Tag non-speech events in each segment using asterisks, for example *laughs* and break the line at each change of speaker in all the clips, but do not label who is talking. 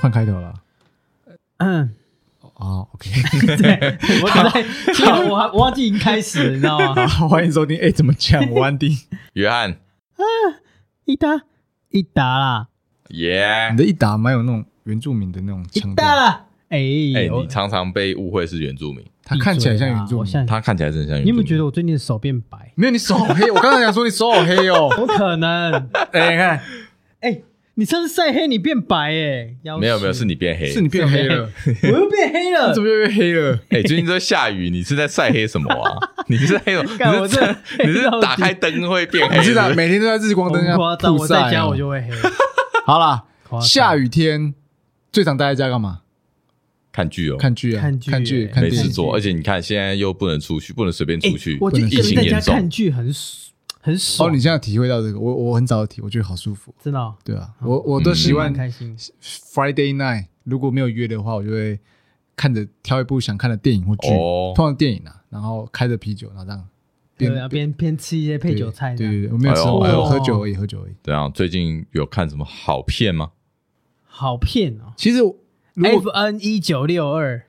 看开头了。
嗯，
哦，OK， *laughs*
对， *laughs* 我可能其实我还我忘记已经开始了，你知道吗？
好，欢迎收听。哎，怎么讲？我安迪，
约翰，
一达一达啦，
耶
*laughs* 你！的一打蛮有那种原住民的那种
一
腔
达
调，
啦，哎、
哎，
我
你常常被误会是原住民，
他看起来像原住
啊我
民
现。在
他看起来真的像原住民。
你有没有觉得我最近的手变白？
没有，你手好
*laughs*
黑。我刚才想说你手好黑哦。
不可能！
哎，你看，
*laughs* 哎、你上次晒黑，你变白哎、要
没有没有
死
是你变黑？
哎是你变黑
*laughs*
了，
我又变黑
*laughs*
了
你怎。么又变黑了？
哎，最近都在下雨，你是在晒黑什
*laughs*
么啊？你是黑什
干
么？
我
你是
真的
在你
*laughs* 黑
是
到底
打开灯会变黑？
你知道
是不是
每天都在日光
好
灯下
哎夸张，
曝
我
晒哦。
在家我
*laughs*
就会黑。
好啦，
夸张
下雨天最常待在家干嘛？
看剧哦，
看剧啊，
看剧
看剧，
哎
看
没
电
事
视。
做，而且你看现在又不能出去，不能随便
哎
出去，
我就一
疫
个人
情
在
严
家看
重。
剧很爽很
哦，
爽。
你现在体会到这个，我我很早体，我觉得好舒服。
真的哦、
对啊，我我都
嗯
习惯
蛮开心。
Friday night 如果没有约的话，我就会看着挑一部想看的电影或剧，
哦
通常电影啊，然后开着啤酒，然后这样边
对啊，边边吃一些配酒菜这
对
样。
对对，我没有吃，
哎呦
我
哎呦
我喝酒而已，喝酒而已。
怎样？啊最近有看什么好片吗？
好骗哦
其实我如果
！F N 一九六二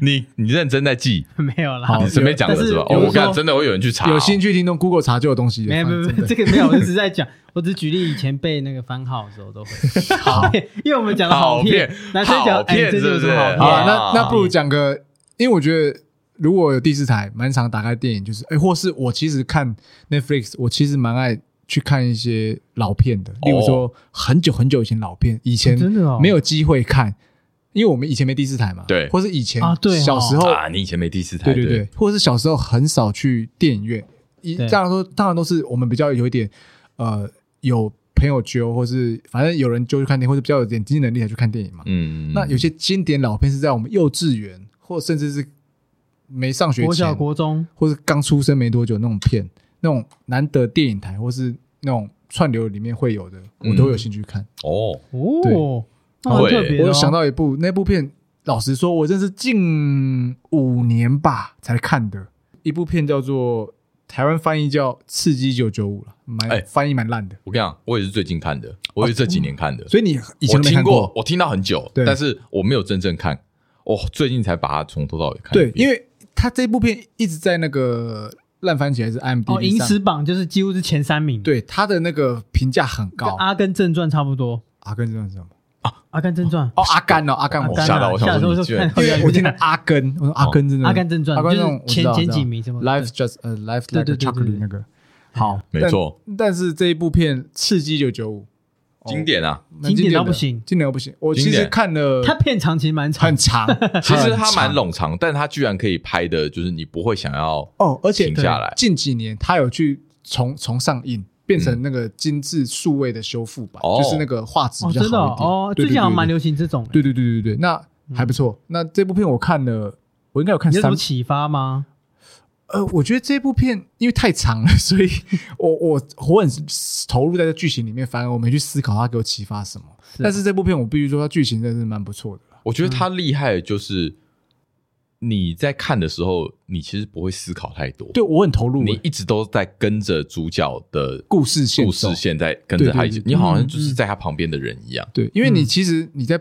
你你认真在记，
*laughs* 没有啦，
好
你随便讲的
但是
是吧？
有
哦，
时
我看
候
真的会有人去查哦，
有兴趣听众 Google 查就有东西了，
没有没有没
真
有，
的
这个没有，我只是在讲，我只举例以前背那个番号的时候都会
*laughs*
好骗，因为我们讲的
好
骗
骗，
男生讲
好骗
哎最近有什
是不
么
是
好骗
好啊，
好啊
那那不如讲个，因为我觉得如果有第四台，蛮常打开电影，就是哎，或是我其实看 Netflix，我其实蛮爱去看一些老片的，例如说很久很久以前老片，以前
哦真的哦
没有机会看，因为我们以前没第四台嘛，
对
或是以前
啊哎对哦
小时候，
啊！你以前没第四台，
对对对，或者是小时候很少去电影院，一
对
当然说当然都是我们比较有一点呃有朋友揪，或是反正有人揪去看电影，或者比较有点经济能力才去看电影嘛，
嗯，
那有些经典老片是在我们幼稚园，或甚至是没上学
国小
前，
国中
或是刚出生没多久那种片，那种难得电影台或是那种串流里面会有的，我都有兴趣看。
哦，
哦，那很
会
特别
我
哦。
有想到一部那部片，老实说，我真是近五年吧才看的一部片，叫做台湾翻译叫《刺激九九五》了，蛮、
哎
翻译蛮烂的，
我跟你讲，我也是最近看的，我也是这几年看的，
哦所以你以前
我
都没
听
看
过，我听到很久，
对
但是我没有真正看，哦，最近才把它从头到尾看一
对
遍。，
因为他这部片一直在那个烂番茄还是 IMDB
哦，影
上
史榜就是几乎是前三名，，
对他的那个评价很
跟
高。
《阿甘正传》差不多，
阿根这是什么？
《阿甘正传》
哦，阿甘哦，阿甘，
阿
我
甘
吓
吓
啊
到我想
吓
说
得我
你居
就
然
看
因为我听到阿根，我说阿根真的，
阿甘正传
阿甘正
就是
我知
前
道
前几
我知道
名什么的
，Life just 呃 Life like
对对哎
a
对对
chocolate
对
那个，好，
没
但
错。
但是这一部片《刺激九九五》
经典啊，
蛮
经典到
的
不行
经典到不行。我其
经
实
典
看了
它片长其实蛮长
很，长，
*laughs* 其实它
很
蛮
长
冗长，但它居然可以拍的，就是你不会想要
哦，而且
停下来
近几年他有去重重上映。变成那个精致数位的修复版，
嗯哦
就是那个画质
哦，
比较
真的
好一点。
哦，哦
对
最
对
近好像
对
蛮
对
流行这种的，
对对对对对，那还不错。那这部片我看了，我应该有看
你有什
三
么。启发吗？
呃，我觉得这部片因为太长了， *laughs* 所以我我我很投入在这剧情里面，反而我没去思考它给我启发什么。
啊
但是这部片我必须说，它剧情真的是蛮不错的。
我觉得他厉害的就是你在看的时候，你其实不会思考太多，
对我很投入，欸
你一直都在跟着主角的
故事线
故
走
事线在跟着他一起
对对，嗯对
你好像就是在他旁边的人一样。
对，因为你
嗯
其实你在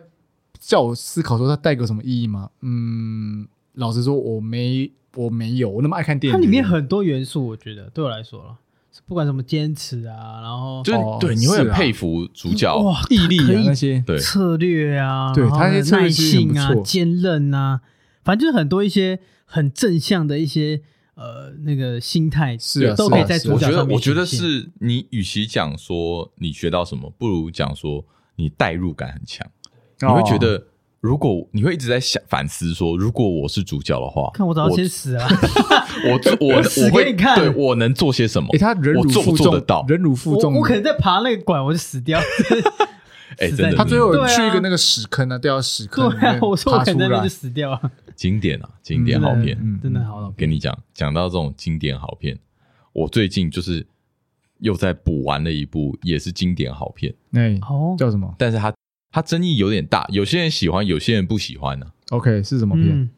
叫我思考说它带给我什么意义吗？嗯，老实说，我没我没有我那么爱看电
它
影的人，
里面很多元素，我觉得对我来说了，不管什么坚持啊，然后
就是
哦
对，你会很
是啊
佩服主角，
哇
毅力
可
啊
以
那些，
对
策略啊，
对
然后
它那些
呢
策略
耐
其实很不
性啊
错、
坚韧啊，反正就是很多一些很正向的一些呃那个心态，
是啊
都
是啊
可以在
是啊
主
我
角
觉得，
上面
我觉得
显现
是你，与其讲说你学到什么，不如讲说你代入感很强。
哦
你会
哦
觉得，如果你会一直在想反思说，如果我是主角的话，
看我早
我
就先死了，*laughs*
我做我
死
我
给
会
你看
对我能做些
*laughs*
什么
哎、？他忍辱
我做不
负
做
重
得到？
忍辱 *laughs* 负
我
重的，
我可能在爬那个管我就死
*laughs*
掉。
哎，
死
真
在
的，
他最后
对啊
去一个那个屎坑啊，掉到屎
对
坑里
啊
面，
我说我
爬
可
出
能在那边
来
就。死掉了，
经典啊，经典好片。
嗯
真的好老
跟你讲，讲到这种经典好片，我最近就是又在补完了一部，也是经典好片，
哎，
哦，
叫什么
但是它它争议有点大，有些人喜欢，有些人不喜欢呢、
？OK，是什么片？
嗯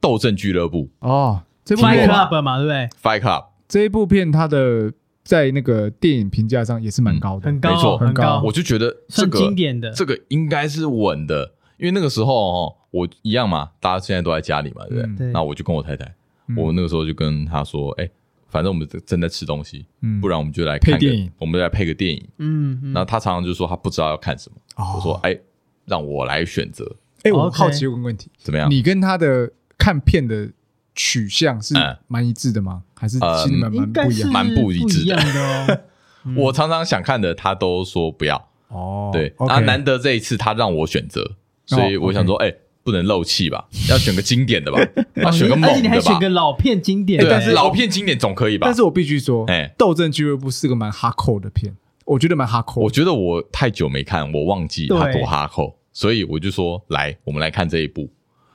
斗阵俱乐部
哦，这部
f i g
片
h，Club 嘛，对不对？
（Fight Club），
这一部片它的在那个电影评价上也是蛮高的，
很高，
没错
很
很高
我就觉得这
算
个
经典的
这个应该是稳的，因为那个时候哦，我一样嘛，大家现在都在家里嘛，对不对？
嗯
对
那我就跟我太太，
嗯
我那个时候就跟她说，哎、反正我们正在吃东西，
嗯
不然我们就来看个
配电影，
我们来配个电影。
嗯，嗯
然后她常常就说她不知道要看什么，
哦
我说，哎、让我来选择，
哎，我
OK
好奇问个问题，
怎么样？
你跟他的看片的取向是
嗯
蛮一致的吗？还是
呃
其实蛮
应
蛮
该
不一
是
样？
蛮不一致的
不一样的哦。嗯
我常常想看的，她都说不要。
哦，
对，
，OK，
啊，难得这一次他让我选择，所以我想说，哎、不能漏气吧，要选个经典的吧，要选个
哦而且
猛
你还
的
选
吧
个，老片经典
对
的，
啊，
但是
老片经典总可以吧
但？是我必须说，
哎
《斗阵俱乐部》是个蛮哈扣的片，我觉得蛮哈扣
我。觉得我太久没看，我忘记他
对
多哈扣，所以我就说，来，我们来看这一部。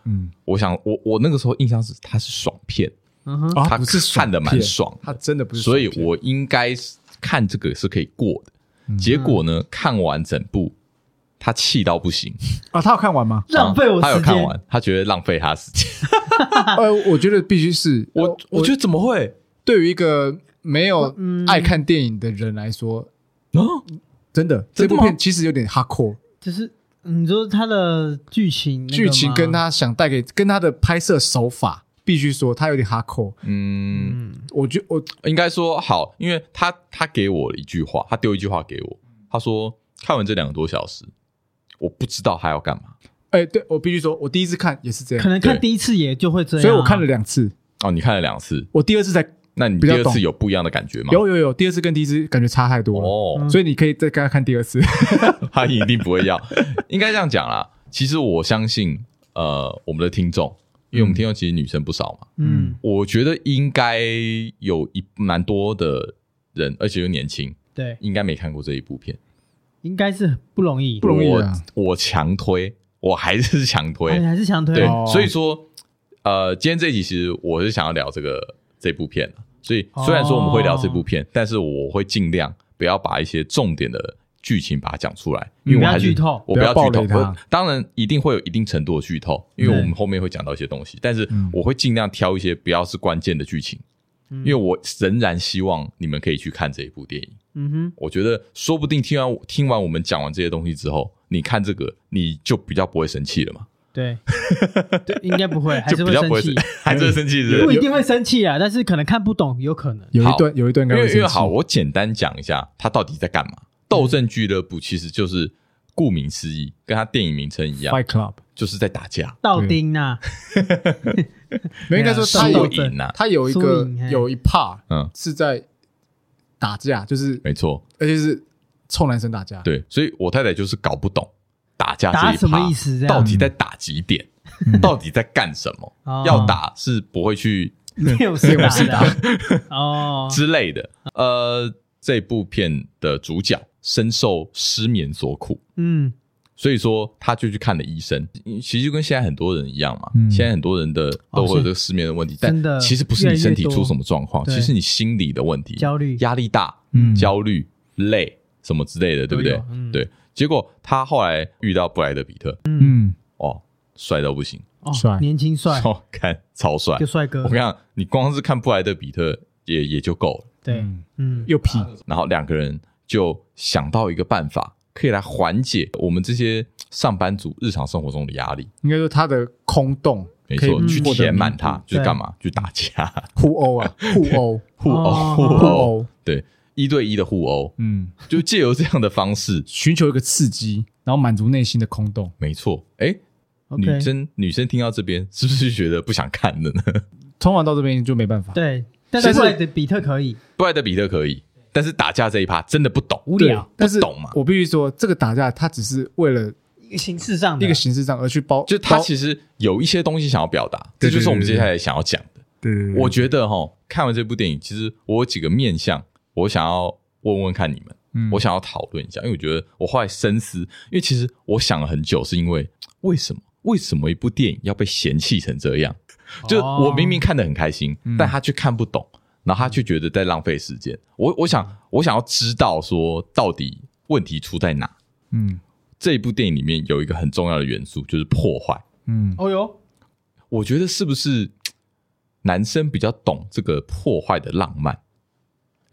嗯，
我想，我我那个时候印象是它是爽片，
嗯哼，？
啊，
他
不是爽
看得蛮
片
爽的
他真的不是爽
所以
片，
我应该是看这个是可以过的。结果呢，看完整部，他气到不行，
啊，他有看完吗
浪费我
嗯他有
时
看
间。
完，他觉得浪费他时间。
呃，我觉得必须是
我我觉得怎么会？
对于一个没有
嗯
爱看电影的人来说，
啊，
真的这
真的
部
吗
片其实有点 hardcore，
就是嗯你说它的剧情那个吗，
剧情跟他想带给跟他的拍摄手法，必须说他有点 hardcore。
嗯
嗯
我觉我
应该说好，因为他他给我一句话，他丢一句话给我，他说看完这两个多小时，我不知道他要干嘛。
哎，对我必须说，我第一次看也是这
可
样，
能看
对
第一次也就会这样，啊
所以我看了两次，
哦，你看了两次，
我第二次才
那你
比
第
较
二次
懂
有不一样的感觉吗？
有有有，第二次跟第一次感觉差太多了，
哦，
所以你可以再跟他看第二次。
他一定不会要， *laughs* 应该这样讲啦。其实我相信，呃，我们的听众，因为我们听众其实女生不少嘛，
嗯，
我觉得应该有一蛮多的人，而且又年轻，
对，
应该没看过这一部片，
应该是不容易
*laughs* 不，容易啊
我我强推，我还是强推，
哎还是强推
对，
哦
所以说，呃，今天这一集其实我是想要聊这个这部片啊所以虽然说我们会聊这部
哦
片，但是我会尽量不要把一些重点的剧情把它讲出来，因为
不
我
要
还是
剧透
我不要
不要
剧透。
暴雷它
我当然一定会有一定程度的剧透，
嗯
因为我们后面会讲到一些东西，但是我会尽量挑一些不要是关键的剧情，
嗯
因为我仍然希望你们可以去看这一部电影。
嗯哼，
我觉得说不定听完听完我们讲完这些东西之后，你看这个你就比较不会生气了嘛。
对，
*laughs*
对，应该不会，还是
就比较不
生
会
气
生，，还是会生气， *laughs* 是
不
不
一
是？
定会生气啊，但是可能看不懂，有可能。
有一
好
段有一段
因
该会
为因为
生气
好，我简单讲一下他到底在干嘛。
嗯
斗阵俱乐部其实就是顾名思义，跟他电影名称一样，
Fight Club
就是在打架，
道丁啊呐，
嗯
没有应该说他
输
有
斗争
赢呐。
他有一个
输赢嘿
有一 part
啊嗯，
是在打架，就是
没错，
而且是冲男生打架，
对，所以我太太就是搞不懂打架
打
这一
什么
趴
意思这样嗯
到底在打几点，到底在干什么？
哦
要打是不会去
六十
六十
打的 *laughs* 哦，
之类的。呃，这部片的主角深受失眠所苦，
嗯，
所以说他就去看了医生，其实就跟现在很多人一样嘛。
嗯
现在很多人的
哦
都会有
是
这个失眠的问题，
真的
但其实不是你身体出什么状况，
越来越多
其实你心理的问题，
焦虑
*laughs* 压力大、
嗯
焦虑、累什么之类的，对不
都
对
有？嗯
对。结果他后来遇到布莱德比特，
嗯，
哦，帅到不行，
哦
帅
年轻帅，
哦，看超帅
就。帅哥
我跟，你讲，你光是看布莱德比特也也就够了。
对，嗯，
又皮，
然后两个人就想到一个办法，可以来缓解我们这些上班族日常生活中的压力。
应该说他的空洞
没
可以
错，去
获得
填满
弥补
它，就是干嘛？去打架、 *laughs*
互殴啊，互殴，
互
哦
殴、互
互
殴，
殴，
对，一对一的互殴，
嗯，
就借由这样的方式，
寻求一个刺激，然后满足内心的空洞，
没错。哎，
OK
女生女生听到这边，是不是觉得不想看了呢？ *laughs*
通常到这边就没办法，
对，但
其
是
实
布莱德比特可以
布莱德比特可以，但是打架这一趴真的不懂，
无
对
聊，
但是
不懂嘛
我必须说，这个打架他只是为了
一个形式上的
一个形式上而去包，
就他
包
其实有一些东西想要表达，这
对
就是我们
对对
接下来想要讲的。
对对对
我觉得哈，看完这部电影，其实我有几个面向，我想要问问看你们，
嗯
我想要讨论一下，因为我觉得我后来深思，因为其实我想了很久，是因为为什么为什么一部电影要被嫌弃成这样？就
哦
我明明看得很开心，
嗯
但他却看不懂，然后他却觉得在浪费时间。我我想我想要知道说到底问题出在哪？
嗯
这一部电影里面有一个很重要的元素，就是破坏。
嗯
哦哟，
我觉得是不是男生比较懂这个破坏的浪漫？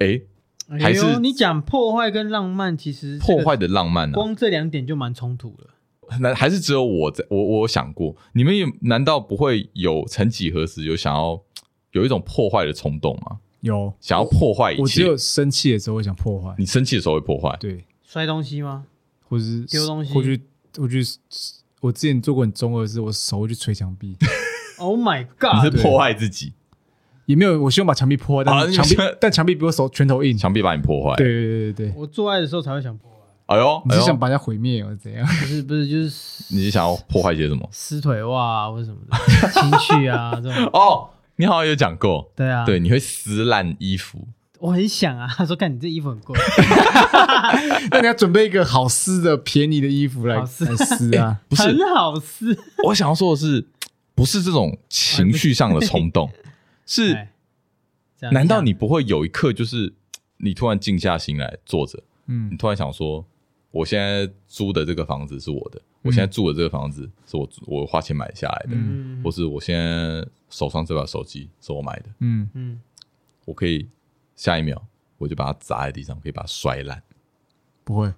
诶，还是
哎呦你讲破坏跟浪漫，其实这个
破坏的浪漫呢、啊
光这两点就蛮冲突了。
那还是只有我在我我有想过，你们也难道不会有曾几何时有想要有一种破坏的冲动吗？
有，
想要破坏一
我只
切
有？生气的时候会想破坏，
你生气的时候会破坏，
对，
摔东西吗？
或者是
丢东西
或去我去，我之前做过很中二的事，我手会去捶墙壁，
Oh my
你是
啊
god！
破坏自己，
也没有，我希望把墙壁破坏，但
啊
是
你
墙壁
想
但墙壁比我手拳头硬，
墙哎壁把你破坏。
对，对对对对，
我做爱的时候才会
*laughs*
想破坏，
哎呦，
你
哎
是
呦
想把人家毁灭或者怎样？ *laughs*
不是不是就是撕
你是想要破坏些什么？
撕腿袜啊或者什么的 *laughs* 情趣啊这种。
哦，你好像有讲过，
对啊，
对，你会撕烂衣服，，
我很想啊。他说：“看你这衣服很贵，
那你要准备一个好撕的、便宜的衣服来
好
来
撕
撕啊
不是
很好撕。
我想要说的是，不是这种情绪上的冲动，是
哎”这样
难道
哎
这样
你不会有一刻就是你突然静下心来坐着，你
嗯，
突然想说，我现在租的这个房子是我的，我现在住的这个房子是我我花钱买下来的，
嗯
嗯
或是我现在手上这把手机是我买的， *laughs*
嗯，
嗯
我可以下一秒我就把它砸在地上，可以把它摔烂，
不会，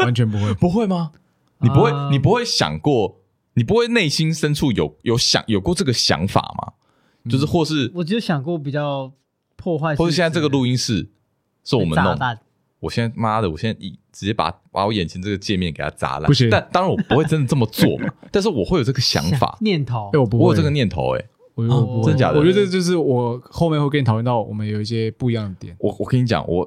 完全不会，
*laughs* 不会吗？你不会，
啊
你不会想过，你不会内心深处有有想有过这个想法吗？就是或是
我只有想过比较破坏，
或是现在这个录音室是我们
炸
弄的，
弹
我现在妈的，我现在一直接把把我眼前这个界面给它砸烂。
不行
但当然我不会真的这么做
*laughs*
嘛，但是我会有这个想法，
念头
哎，，我不会，
我有这个念头、欸。哎，
我我不会
哦真假的
我觉得这就是我后面会跟你讨论到，我们有一些不一样的点。
我我跟你讲，我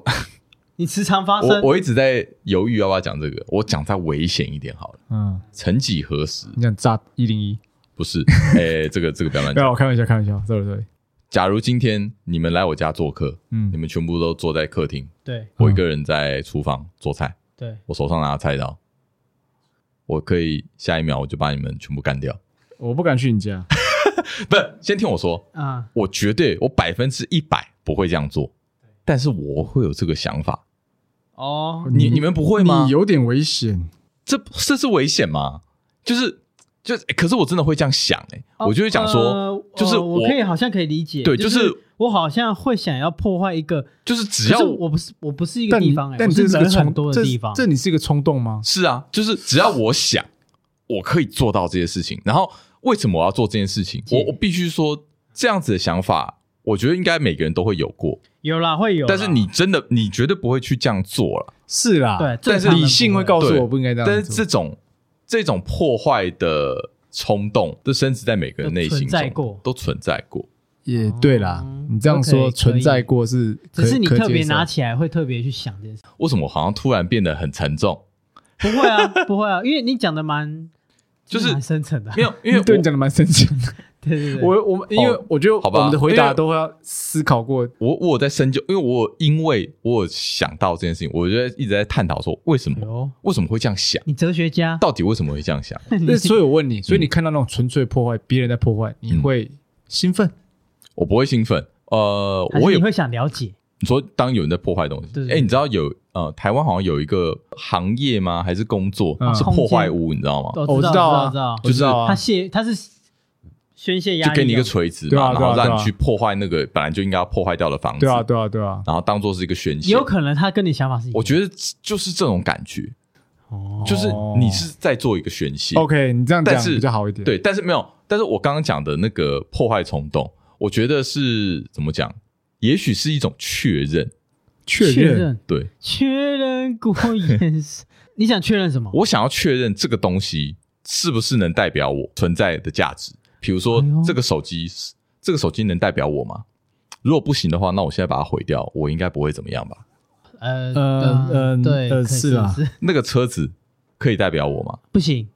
你时常发
我
生。
我一直在犹豫要不要讲这个，我讲再危险一点好了。
嗯，
曾几何时，
你想炸一零一？
不是， *laughs* 哎、这个这个不要乱
不
讲。
要，我开玩笑，开玩笑，sorry sorry。
假如今天你们来我家做客，你
嗯，
们全部都坐在客厅，
对
我一个人在厨房做菜，
对，
我手上拿着菜刀，我可以下一秒我就把你们全部干掉。
我不敢去你家。
不是，先听我说，
啊，
我绝对我百分之一百不会这样做，但是我会有这个想法。
哦，
你你们不会吗
你？有点危险。
这这是危险吗？就是就是、欸可是我真的会这样想哎、
哦
我就会想说，
呃
就是
呃
我
我可以好像可以理解，
对
就
就是
我好像会想要破坏一个，
就是只
可
要
是我不是我不是一个
但
地
你
方哎，
但
我
你这是
人
个
很
冲
多的
这
地方，
这你是一个冲动吗？
是啊，就是只要我想，我可以做到这些事情。然后为什么我要做这件事情？
解
我我必须说，这样子的想法，我觉得应该每个人都会有过，
有啦会有啦，
但是你真的你绝对不会去这样做了。
是啦，
对，正
但是
常人
理性
不
会
会
告诉
对
我不应该这样做。
但是这种这种破坏的冲动，都深植在每个人内心
都存在
中
过
都存在过。
也对啦
哦，
你这样
可以可
说
以
存在过是可，
只是你
可
特
接
别
受
拿起来会特别去想这件事，
为什么我好像突然变得很沉重？
不会
*laughs*
啊不会啊，因为你讲的蛮
就是
蛮深层的，
没有，因为我
对你讲的蛮深情的。
*laughs*
哦
对对对，
我我们因为我觉得
好吧
我们的回
因
答
为
都要思考过。
我我有在深究，因为我有因为我有想到这件事情，我就在一直在探讨说为什么
有
为什么会这样想，
你哲学家，
到底为什么会这样
*laughs*
想？
那所以我问你，所以你看到那种纯粹破坏别人在破坏，你
嗯
会兴奋？
我不会兴奋，呃
还，是
我也
你会想了解，
你说当有人在破坏东西
对，对
哎，你知道有呃台湾好像有一个行业吗？还是工作
嗯
是破坏屋，你知道吗？
哦
哦我知
知道
道
我
啊
知道，
就是
啊
他泄他是宣泄压
就
力，
给你一个，锤子
对啊
嘛，
对
然
啊
后让
对
你
啊
去破坏那个本来就应该要破坏掉的房子
对，啊，对啊，对啊。
然后当做是一个宣泄
有。可能他跟你想法是一样，
我觉得就是这种感觉，
哦
就是
啊
你是在做一个宣泄，
OK，你这样
但
讲
是
比较好一点。
对，但是没有，但是我刚刚讲的那个破坏冲动，我觉得是怎么讲？也许是一种确认，
确
确
认
认
对
确认过眼
*laughs*
神，你想确认什么？
我想要确认这个东西是不是能代表我存在的价值。比如说
哎呦，
这个手机是，这个手机能代表我吗？如果不行的话，那我现在把它毁掉，我应该不会怎么样吧？
呃
呃呃
对，
呃
可以
是啦
是 *laughs*
那个车子可以代表我吗？
不行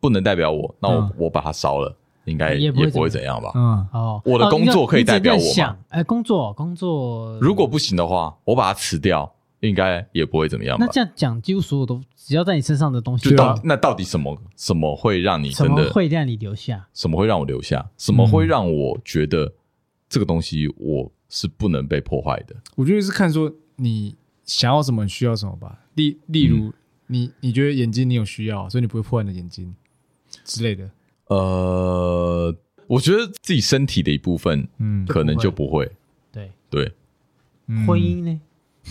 不能代表我，那我、
嗯
我把它烧了，应该
也
也
不会
不会
怎
怎样吧？
嗯，
哦。
我的
哦
工作可以代表我
你
吗
只是在想，哎，工作工作，
如果不行的话，我把它辞掉，应该也不会怎么样吧
那？这样讲，几乎所有都只要在你身上的东西
就
对
到、
啊
那到底什么什么会让你
什
真
么
的
会嗯让你留下？
什么会让我留下？什么会让我觉得这个东西我是不能被破坏的？
我觉得是看说你想要什么，你需要什么吧。例例如，你你觉得眼睛你有需要，所以你不会破坏你的眼睛之类的。
呃，我觉得自己身体的一部分
嗯
可能就不会。
对，
对，
嗯
婚姻呢？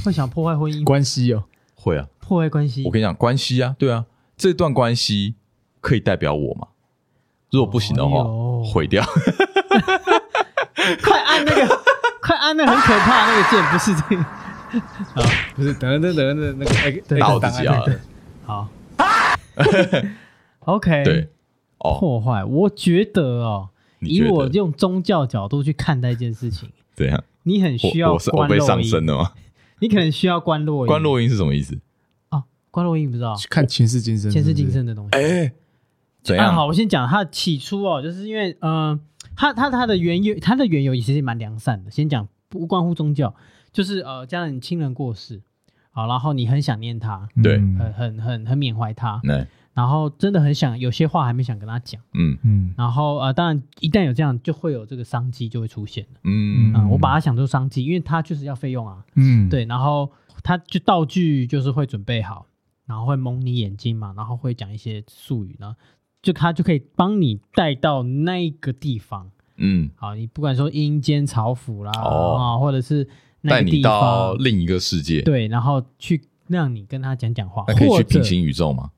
会想破坏婚姻、
关系哦，
会啊，
破坏关系
我。跟你讲，关系啊，对啊，这段关系可以代表我吗？如果不行的
哎
话
呦，
毁掉。
快按那
*laughs*
个，快按那很可怕的那个键，不是这个。
不是等等等等那个哎
对
打我自己啊
对对对好，OK，
对，哦，
破坏，我觉得哦，
你
以
觉
我
得
用宗教角度去看待一件事情，
怎样？
你很需
我
要
我是我
关
被
洛
上身
音，
了吗？
你可能需要关洛音，
关落音是什么意思？
啊，关洛音不知道
去看前世今生，
前世今
是
生的东西。
哎，怎
啊，好，
样？
我先讲他起初哦，就是因为嗯，他他他的缘由，他的缘由其实也蛮良善的。先讲无关乎宗教，就是呃，家人亲人过世，好，然后你很想念他，
不是，
对
嗯
很很很很缅怀他，
那
然后真的很想有些话还没想跟他讲，
嗯
嗯
然后呃，当然一旦有这样，就会有这个商机就会出现了。
嗯
嗯
嗯，我把它想成商机，因为它就是要费用啊，
嗯，
对，然后他就道具就是会准备好，然后会蒙你眼睛嘛，然后会讲一些术语呢，就他就可以帮你带到那个地方。
嗯，
好，你不管说阴间曹府啦，
哦
啊，或者是那
带
个
你
地
到
方，
另一个世界，
对，然后去让你跟他讲讲
哎
话，
那可以
或
去
者
平行宇宙吗？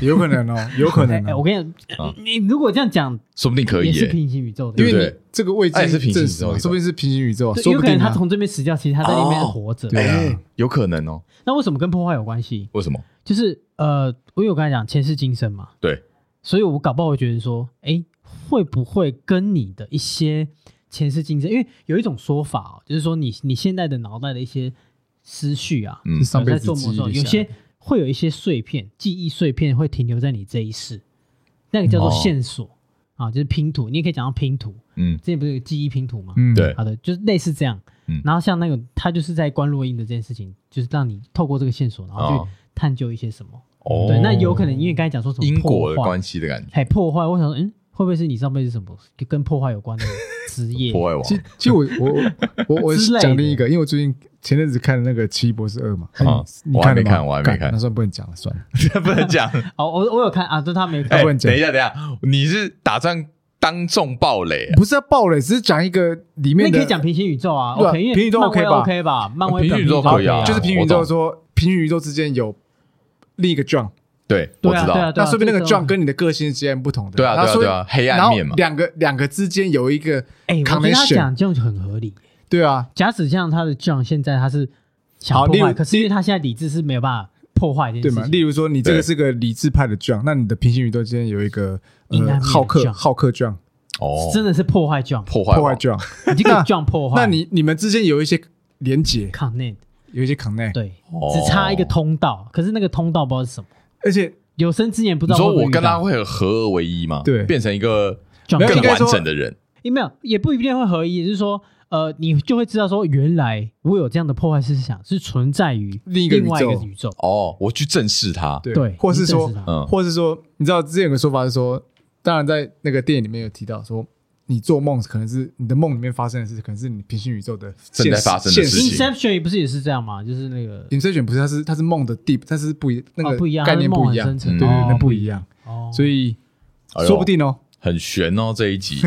有可能哦，有可
哎
能
哎，我
哦，
跟你讲，
啊
你你如果这样讲，
说不定可
也
以
是
耶。
平行宇宙的，
因为
对不
你
对
这个未
哎
经
是平行
证
宇
实
宙
嘛，说不定是平行宇宙啊，
对
说
有
不
可能
定
他
啊哦
从这边死掉，其实他在里面活着。
对
哎
啊，
有可能哦。
那为什么跟破坏有关系？
为什么？
就是呃，我有刚才讲前世今生嘛，
对，
所以我搞不好会觉得说，哎，会不会跟你的一些前世今生？因为有一种说法哦，就是说你你现在的脑袋的一些思绪啊，
嗯
是上辈
在
子
做梦
记
的
忆
时候，
留
有
下来
些会有一些碎片，记忆碎片会停留在你这一世，那个叫做
哦
线索、啊，就是拼图，你也可以讲到拼图，
嗯，
之前不是有记忆拼图吗？
嗯
对
好的，就是类似这样。
嗯
然后像那个他就是在关落音的这件事情，就是让你透过这个线索，然后
哦
去探究一些什么。
哦，
对，那有可能因为刚才讲说什么
因果的
破坏
关系的感觉，
哎，破坏，我想说，嗯，会不会是你上辈子什么跟破坏有关的职业？
*laughs* 破坏王
其其实我我我我我
之类的
讲另一个，因为我最近前阵子看那个《奇异博士二》嘛，
啊
你
我还没
了吗
看我还没
干
看
那算不能讲了，算了。
*laughs* 不能讲。
哦，我我有看啊，就他没看
哎，
不
等
能
一
讲
下，等一下，你是打算当众暴雷啊？
不是要爆雷，只是讲一个里
那
面
你
的，
可以讲平行宇宙啊
对啊
，OK，因为
平行宇宙
漫威
OK 吧
OK 吧？漫威
平行宇宙
本
可以啊
就是平行宇
我
宙
懂
说平行宇宙之间有另一个 John，
对，
对
我
啊，
知
对啊，
道。
对
那
啊
说不定那个
这种
John 跟你的个性是截然不同的，
对啊，
然
对啊，
后说
对啊，黑暗面嘛。
然后两个两个之间有一个
哎，我觉得他
connection
讲这样就很合理。
对啊，
假使像他的 John 现在他是想
好
破
例
坏，
如
可是因为他现在理智是没有办法破坏这
对
件
嘛？
事
例
情。
如说你这
对
个是个理智派的 John，那你的平行宇宙之间有一个
阴暗面
呃
的
好客
John
好客 John
哦，
真的是破坏 John，
破坏
破坏
王
John，
你这个 John 破坏，
哦那你你们之间有一些连结，
connect
有一些 connect，
对，
哦
只差一个通道，可是那个通道不知道是什么，
而且
有生之年不知
你
道
说
会不会
我跟
遇到
他会合二为一吗？
啊对
变成一个
John
没有
更
应该
完
说
整的人。
也没有，也不一定会合一，就是说，呃，你就会知道说，原来我有这样的破坏思想是存在于
另一个宇宙
外一个宇宙，
哦，我去正视他。
对，
对，
或是
你正
说
视，它
嗯，
或是说，你知道之前有个说法是说，当然在那个电影里面有提到说，你做梦可能是你的梦里面发生的事，可能是你平行宇宙的
正在
现实
发生的
现
事
实
情
Inception 也不是也是这样嘛，就是那个
Inception 不是，它是它是梦的 deep，它是不一那
哦
个
不一样
概念
它是梦
不一样，
很
对
深
层
对，对
哦
那不一样，
哦，
所以
嗯哎呦
说不定哦， *laughs*
很悬哦，这一集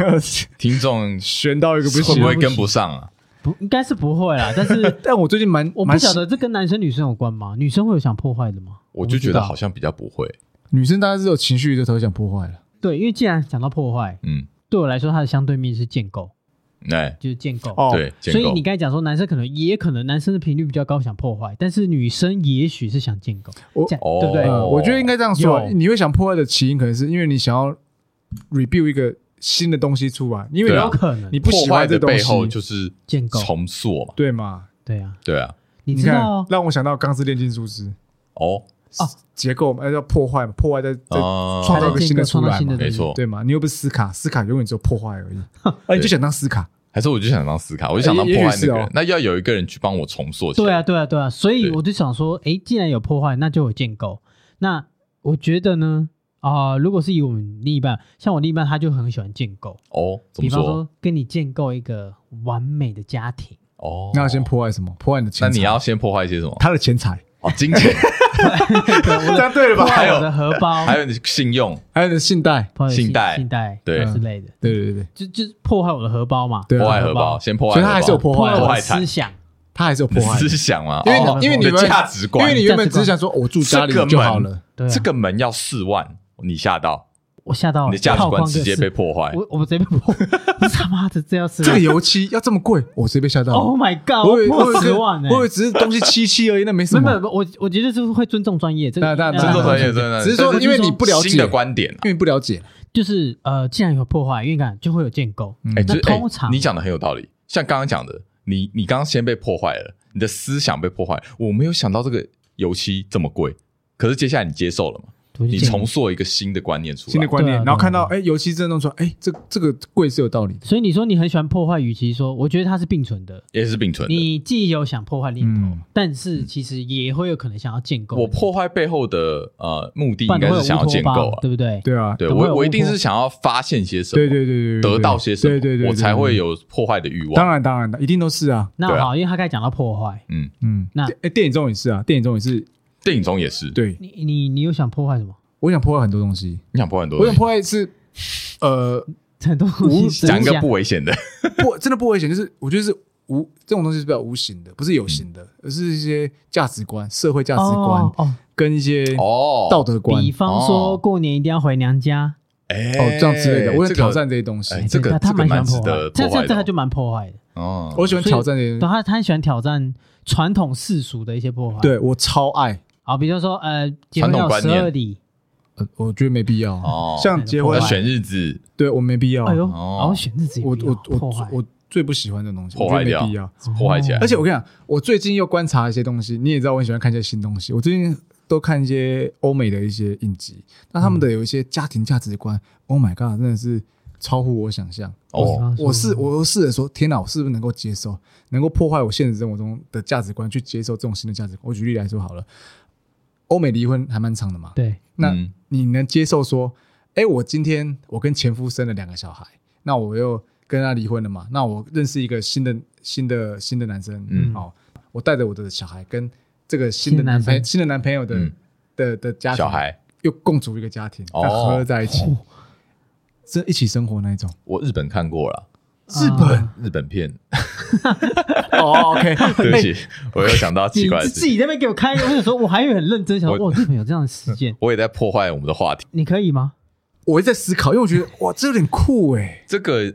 听众
悬到一个不
会
行
不。会跟不上啊？
不应该是不会啦，
*laughs*
但是
但我最近蛮
我不
蛮
晓得这跟男生女生有关吗？女生会有想破坏的吗？
我就觉得好
像
像比较不会。
女生，大家是有情绪就都想破坏了。
对，因为既然讲到破坏，
嗯，
对我来说它的相对面是建构，
哎，
就是建构。
哦
对，建
所以
构
你刚才讲说，男生可能也可能男生的频率比较高，想破坏，但是女生也许是想建构，
我
这样
哦
对不对？
呃我觉得应该这样说啊，
有
你会想破坏的起因可能是因为你想要 review 一个新的东西出来，因为
对
你
有
啊
要
可能
你不
破
喜
坏
欢
的
这东
背后
西，
就是
建构
重塑嘛。
对嘛？
对啊，
对啊，
你知
看
道哦，
让我想到《钢之炼金术师》
哦，
哦
结构嘛，呃要破坏嘛，破坏再再
啊
创造一
还
个
在
新
建构
的出
创造
来
新的
嘛，
东西
没错。
对嘛？你又不是斯卡，斯卡永远只有破坏而已，
哦
啊，你就想当斯卡，
还是我就想当斯卡，我就想当
也
破
也
坏
许是
那个
哦
人。那要有一个人去帮我重塑起来。
对啊，，对啊，对啊，所以
对
我就想说，诶，既然有破坏，那就有建构。那我觉得呢，啊、如果是以我们另一半，像我另一半，他就很喜欢建构，
哦，怎
比
么
方说跟你建构一个完美的家庭，
哦，
那要先，破坏什么？破坏你的钱
那
财，
你要先破坏一些什么？
他的钱财，
哦，金钱，
这
啊
样对了
破
吧？
*laughs* 还
坏
有
我的荷包，
还有你的信用，
还有你的信贷，
破坏我的信
信贷
信贷
对
之类的，
对对对
就就破坏我的荷包嘛，
*laughs* 对
破
啊
坏荷包，先破坏，
所以他还是有破
破
坏
坏
啊
破
我
坏
的
财
思想，
他还是有
你
破
的
坏的
思，想嘛，
因为
哦
因为
你
你
的
们
价值
因
观，
为你原本只是想说我住家里
这个
就好
门
了，
对啊，
这个门要四万，你吓到，
我吓
哦
到了，
你的价值
套
观
框
直接
就是
被破坏。
我我们直接被破， *laughs* 我他妈的这要是
这个油漆要这么贵，我直接被吓到了。
，Oh my
我以
God，
为我以
破
为
十
是
万欸呢、
我以为只是东西漆漆而已，那没什
没
么。
有没有，我我觉得就是会尊重专业，这
那
个
那
呃
尊
尊重专业，
那
真的，
只是说
但
因为你不了解
新的观点啊，
因为不了解，
就是呃，既然有破坏，因为感就会有建构，
嗯
哎，
那
就是
通常
哎你讲的很有道理，像刚刚讲的，你你刚刚先被破坏了，你的思想被破坏，我没有想到这个油漆这么贵，可是接下来你接受了嘛？
我就
你
建
重塑一个新的观念出来，
新的观
对啊
念，
对啊
然后看到哎，油漆真的弄出来，哎，这这个贵是有道理的。
所以你说你很喜欢破坏，与其说，我觉得它是并存的。
也是并存的。
你既有想破坏念头，
嗯，
但是其实也会有可能想要建构。
我破坏背后的呃目的
不
应
然
该
会有
是想要
乌托
建
邦
构啊，
对不对？
对啊，
对
怎么会有
我我一
乌
定
托
是想要发现些什么，
对对对对对，
得到些什么，
对对对，
我才会
有。
有破坏的欲望。
当然当然的，一定都是啊。
那
对啊
好，因为他刚才讲到破坏，
嗯，
嗯，
那
哎，电影中也是啊，电影中也是。
电影中也是，
对，
你你你有想破坏什么？
我想破坏很多东西，
你想破坏很多
我
东
想
西，
破坏是，呃，
很多
*laughs*
东
无
西
讲一
真
个
相
不危险的，
不， *laughs* 真的不危险，就是我觉得是无这种东西是比较无形的，不是有形的，
嗯
而是一些价值观、社会价值观
哦哦，
跟一些
哦，
道德观
比方说
哦
过年一定要回娘家，
哎
哦，这样之类的。我想挑战这些东西
哎，这个
对他他
这个
蛮喜欢
蛮值
破坏
得
的，
破
这
坏的哦
这这个就蛮破坏的。
哦，
我喜欢挑战这些
对，。他他很喜欢挑战传统世俗的一些破坏。，
对我超爱，
好，比如说呃，结婚
传统
要
观
十
念
二礼，
呃我觉得没必要。
哦
像结
我
婚
要，选日子，
对我没必要。
哎呦，
哦
然后选自己
我我
破
我
坏，
我最不喜欢这种东西，
破坏
我觉
掉嗯
得没必要。
破坏起来
哦而且我跟你讲，我最近又观察一些东西，你也知道我很喜欢看一些新东西。我最近都看一些欧美的一些影集，那
嗯
他们的有一些家庭价值观、o h my god，真的是超乎我想象。
哦，
我是我都试着说，天哪，我是不是能够接受，能够破坏我现实生活中的价值观，去接受这种新的价值观？我举例来说好了，欧美离婚还蛮长的嘛，
对
那
嗯
你能接受说，哎，我今天我跟前夫生了两个小孩，那我又跟他离婚了嘛？那我认识一个新的新的新的男生，
嗯
好，我带着我的小孩跟这个新的
新的男
男
生
朋新的男朋友的、
嗯
的的家庭
小孩，
又共组一个家庭，
哦
那合在一起，这一起生活那一种。
我日本看过了，
日本
日本
*laughs*
片，
哦，OK，
*laughs* 对不起，我又想到奇
你
怪的
自
事情，
己在那边给我开，我想说我还以为很认真，想说
我，
哇，日本有这样的事件
*laughs* 我也在破坏我们的话题，
你可以吗？
我一直在思考，因为我觉得哇，这有点酷哎，
这个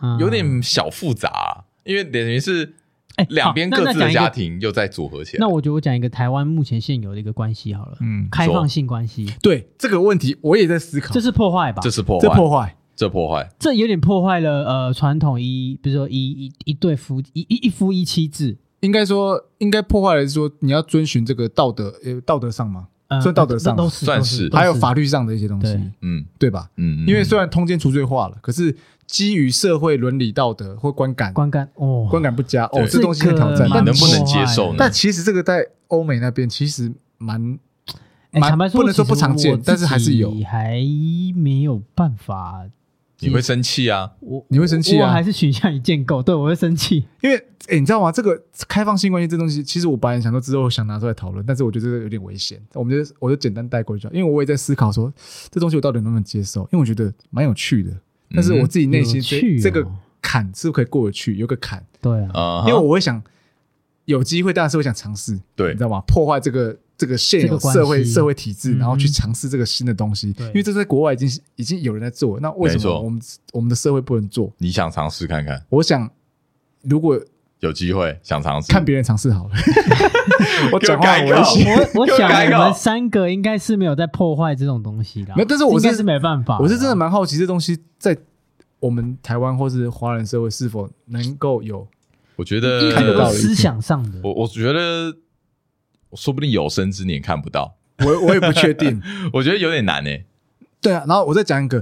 嗯
有点小复杂啊，因为等于是
哎
两边各自的家。
好那那讲一个
庭又在组合起来
那，我觉得我讲一个台湾目前现有的一个关系好了，
嗯，
开放性关系，
对这个问题我也在思考，
这是破坏吧
这？是破
这
坏，
破坏，
这破坏，
这有点破坏了呃传统一，比如说一一一对夫一一一夫一妻制，
应该说应该破坏来说，你要遵循这个道德呃道德上吗？
呃
算道德上
都都是
算
都
是
都
还有法律上的一些东西，对
对
嗯
吧？
嗯，嗯
因为虽然通奸除罪化了，可是基于社会伦理道德或观感
观感哦，
观感不佳，哦
对，
这东西很挑
这
战
你
个。蛮
能不能
破坏
接
的
受呢
但其实这个在欧美那边其实蛮
哎
蛮
坦白说，
不能说
其实
不常见
我自
但是还是有
己还没有办法。
你会生气啊，
我
你会生气啊
我还是倾向于建构，对我会生气。
因为哎、诶你知道吗？这个开放性关系这东西，其实我本来想说之后想拿出来讨论，但是我觉得这个有点危险，我们就我就简单带过去就好，因为我也在思考说这东西我到底能不能接受，因为我觉得蛮有趣的，但是我自己内心
嗯有
这、
趣哦
这个坎是不是可以过得去，有个坎，
对啊，
啊，
因为我会想有机会，当然是会想尝试，
对
你知道吗？破坏这个这个现
这个
有
关系
社会社会体制，
嗯
然后去尝试这个新的东西，
对
因为这在国外已经已经有人在做，那为什
没错
么我们我们的社会不能做？
你想尝试看看，
我想如果
有机会想尝试，
看别人尝试好了。我
*laughs* 给我
讲话
改
很
一个
危
*laughs*
险，
我我
又
想
来了
我们三个应该是没有在破坏这种东西的啊。
没有但是我
应该
是
是没办法，
*laughs* 我是真的蛮好奇这东西在我们台湾或是华人社会是否能够有
我觉
看得
有
到的
得
思想上的。
我我觉得，说不定有生之年看不到，
我我也不确
*laughs*
定。
我觉得有点难呢、
对啊，然后我再讲一个，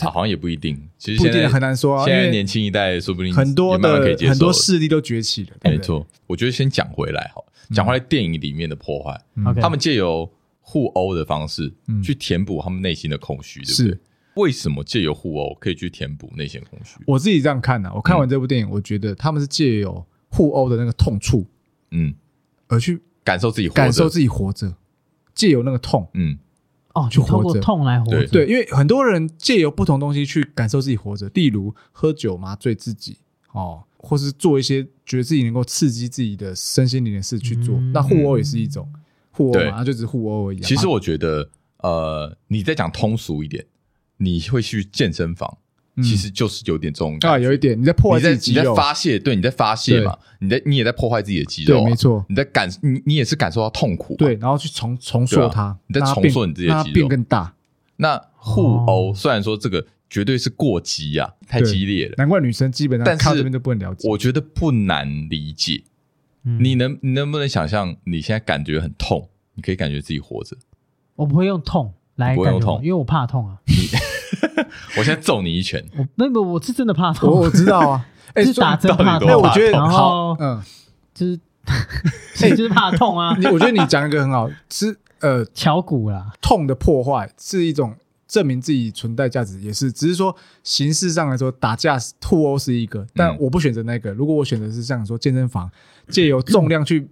啊好像也不一定。其实
不一
现在
定很难说啊，
现
因
在
为
年轻一代说不定
很多
也慢慢可以
的
接受了
很多势力都崛起了，对
没
不对，
错。我觉得先讲回来好了，讲回来电影里面的破坏，
嗯
OK
他们借由互殴的方式、
嗯
去填补他们内心的空虚，对不对？
是
为什么借由互殴可以去填补内心的空虚？
我自己这样看啊的、我看完这部电影，我觉得他们是借由互殴的那个痛处
嗯，
而去
感受自己活着，
感受自己活着，借由那个痛。
嗯，
哦，
去
就通
活
过
着
痛来活着。
对
对，因为很多人借由不同东西去感受自己活着，例如喝酒麻醉自己，哦，或是做一些觉得自己能够刺激自己的身心灵的事去做。那互殴也是一种互殴
嗯对
嘛，它就只是互殴而已啊。
其实我觉得，呃，你再讲通俗一点，你会去健身房，
嗯
其实就是有点这种感
啊，
觉
有一点你在破坏
你
自
在
己
你
肌
在
肉，
发泄，对，你在发泄嘛，你在你也在破坏自己的肌肉、
对，
啊，
没错，
你在感你你也是感受到痛苦、啊
对，，然后去重重塑
对啊
它，
你在
让它
重
变
塑你自己的
让它
肌
变
肉
更大。
那互
哦
殴虽然说这个绝对是过激呀、啊，太
对
激烈了，
难怪女生基本上
但
看到
是
这边都不能了解。
我觉得不难理解。
嗯
你能你能不能想象你现在感觉很痛，你可以感觉自己活着？
我不会用痛来
你不会
感
用
觉我，
痛
因为我怕痛啊。
我现在揍你
*laughs*
一拳，
我没有没有，我是真的怕
我
痛，
我知道
*laughs*
啊，哎，
是
所以
打针
到底
怕
多
痛。啊
那我觉得
然
好
后，
嗯，
就是
*laughs*
就是怕痛啊，
你我觉得你讲一个很好，是呃，
敲骨啦。
痛的破坏是一种证明自己存在价值，也是，只是说形式上来说，打架是互殴是一个，但
嗯
我不选择那个。如果我选择是像说健身房，借由重量去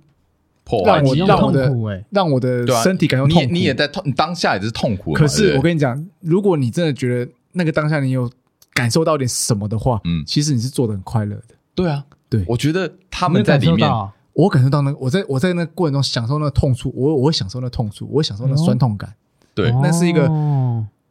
破
让我
坏
你
肌
用
啊让
肉，
我的
痛苦欸
让我的
对啊
身体感受
你
痛
也
苦，
你也在痛，你当下也是痛苦嘛。
可是
对
我
不对
跟你讲，如果你真的觉得那个当下你有感受到点什么的话，
嗯
其实你是做的很快乐的。
对啊，
对
我觉得他
你有
们在
感
里
受
面
到啊
我感受到那个我在我在那个过程中享受那个痛处，我我会享受那个痛处，我会享
哎
受那个酸痛感，
对
哦
那是一个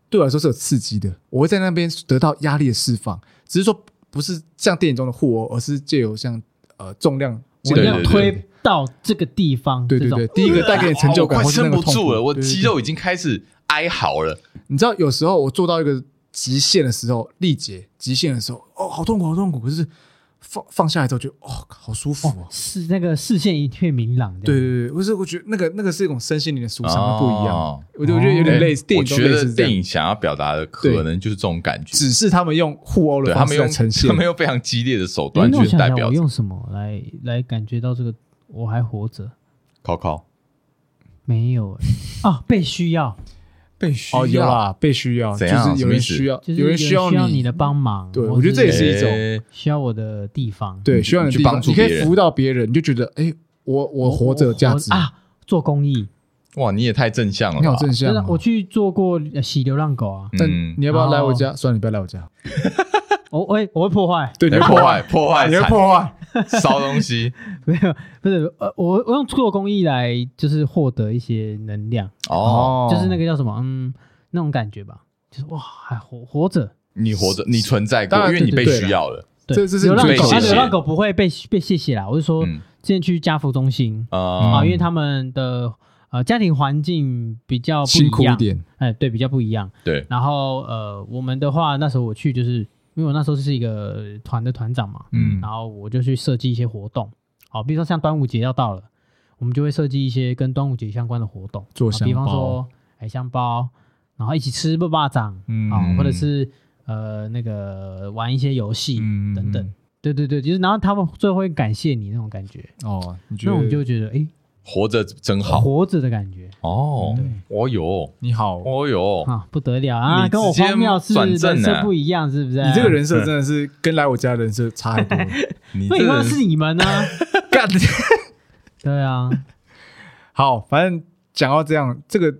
对我来说是有刺激的。我会在那边得到压力的释放，只是说不是像电影中的互殴，而是借由像呃重量，
我
对
借由
要
对对
推到这个地方，
对对
这种
对，第一个带给你成就感，
哦我
或
快
是那
撑
个
不
痛
住
苦
了，我
对对
肌
对
肉已经开始啊哀嚎了。
你知道，有时候我做到一个极限的时候，力竭极限的时候，哦，好痛苦，好痛苦。可是放放下来之后就，哦，好舒服哦。
是那个视线一片明朗的，
对对对，我是我觉得那个那个是一种身心灵的舒畅，
哦
不一样。我觉得我觉得有点类似电
哎我
影中
觉
类
得
似这
电
样，
影想要表达的可能就是这种感觉，
只是他们用互殴
对
的
他
方式
们用
来呈现
他。们用非常激烈的手
诶。
段
那我
去
想
代
想，
表
我用什么来来感觉到这个我还活着？
哎
考考
没有欸啊，被需要，
被需
哦，有啦，被需要，就
怎样
是有
什么意
人
思
需要，
就是
有人
需
要
你的帮忙。
对
或
我觉得这也是一种
诶
需要我的地方。
对，
你
需要你
去
的地方
帮助
你可
别
以
人
服务到别人，你就觉得，哎，我
我，
我活着有价值
我，啊，做公益。
哇，你也太正向了
你好
吧，
正向
真的
哦。，
我去做过呃洗流浪狗啊，
但
嗯
你要不要来我
哦
家？算了，你不要来我家。
我我会我会破坏，
对，
你
你
会
会
破坏破坏
你会
惨
破坏。
*laughs* 烧东西
没有不是呃，我我用做公益来就是获得一些能量，
哦，
就是那个叫什么嗯那种感觉吧，就是哇还活活着。
你活着，你存在过
当，然
因为你被
对对对
需要了
对，
这这是
流浪
最
狗，
谢
啊
谢
流浪狗不会被被谢谢啦。我是说，
嗯
之前去家福中心
啊
哦
啊，因为他们的呃家庭环境比较不
哦辛苦
一
一
样，
点，
哎，对，比较不一样。
对，
然后呃，我们的话那时候我去就是因为我那时候是一个团的团长嘛，
嗯
然后我就去设计一些活动，好，比如说像端午节要到了，我们就会设计一些跟端午节相关的活动，
做
啊
香
比方
包
说哎香包，然后一起吃肉霸掌，
嗯
啊、或者是呃那个玩一些游戏、
嗯
等等，对对对，就是然后他们最后会感谢你那种感觉，
哦，你觉
那
得
我们就觉得哎、
活着真好
活着的感觉
哦，我有
你好，
我有，
啊，不得了啊，
哦你
跟我
直接
荒谬是
转
人
正
设
啊
不一样，是不是？
你这个人设真的是跟来我家的人设差很多。
嗯
你这
废话
人 *laughs*
是你们呢、啊
干，
对啊，
*laughs* 好，反正讲到这样，这个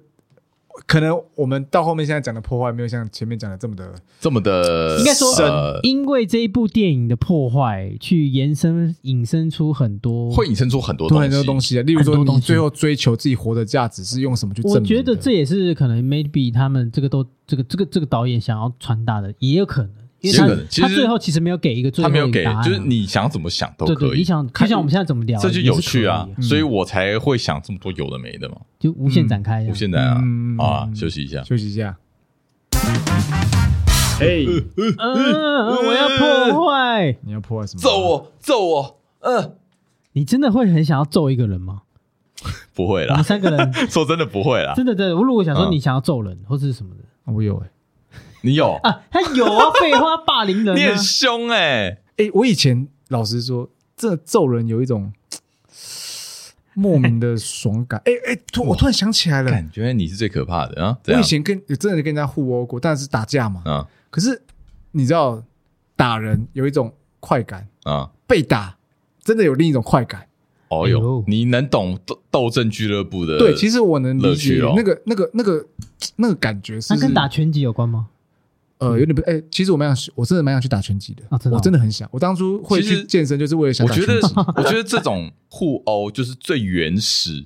可能我们到后面现在讲的破坏，没有像前面讲的这么的
这么的
应该说
呃
因为这一部电影的破坏，去延伸引申出很多。
会引申出很多
多
东西，
很多东西啊。例如说，你
很多东西
最后追求自己活的价值是用什么去证
我
明的？
觉得这也是可能 maybe 他们这个都这个这个这个导演想要传达的，也有可能，因为
也有可能其
他他
实
最后其实没有给一个最
他
后
没有
一个
给
答案啊，
就是你想怎么想都
对
可
对，
以
你，想就像我们现在怎么聊，
这就
也是
有趣啊
可以，
所以我才会想这么多有的没的嘛。
就无限展开这
我
样。
现在啊
嗯，
好啊，休息一下。
休息一下。嘿，
嗯，我要破坏。
你要破坏什么？
揍！我，揍我，嗯，
你真的会很想要揍一个人
*laughs*
吗？
不会
我
啦 *laughs*
们，三个人
说真的不会
啊
啦。
真的真的，我如果想说
嗯
你想要揍人或是什么的
我有哎、
你有，
啊，他有啊，废话，霸凌
*laughs*
人
你
啊
很。凶哎，
哎、我以前老实说，这揍人有一种莫名的爽感。哎、哎、突我突然想起来了，
感觉你是最可怕的啊。这
我
样
以前跟真的跟人家互殴过，但是打架嘛。
啊
可是你知道，打人有一种快感，
啊，
被打真的有另一种快感。
哦
哎
哟
呦，
你能懂斗斗争俱乐部的？
对，其实我能理
呃乐趣
解
哦
那个、那个、那个、那个感觉是
那跟打拳击有关吗？
呃，有点不哎、其实我蛮想去，我真的蛮想去打拳击的，
啊嗯真的哦
我真的很想。我当初会
其
去
实
健身，就是为了想
我
打
觉
拳击。
得，我觉得这种互殴就是最原始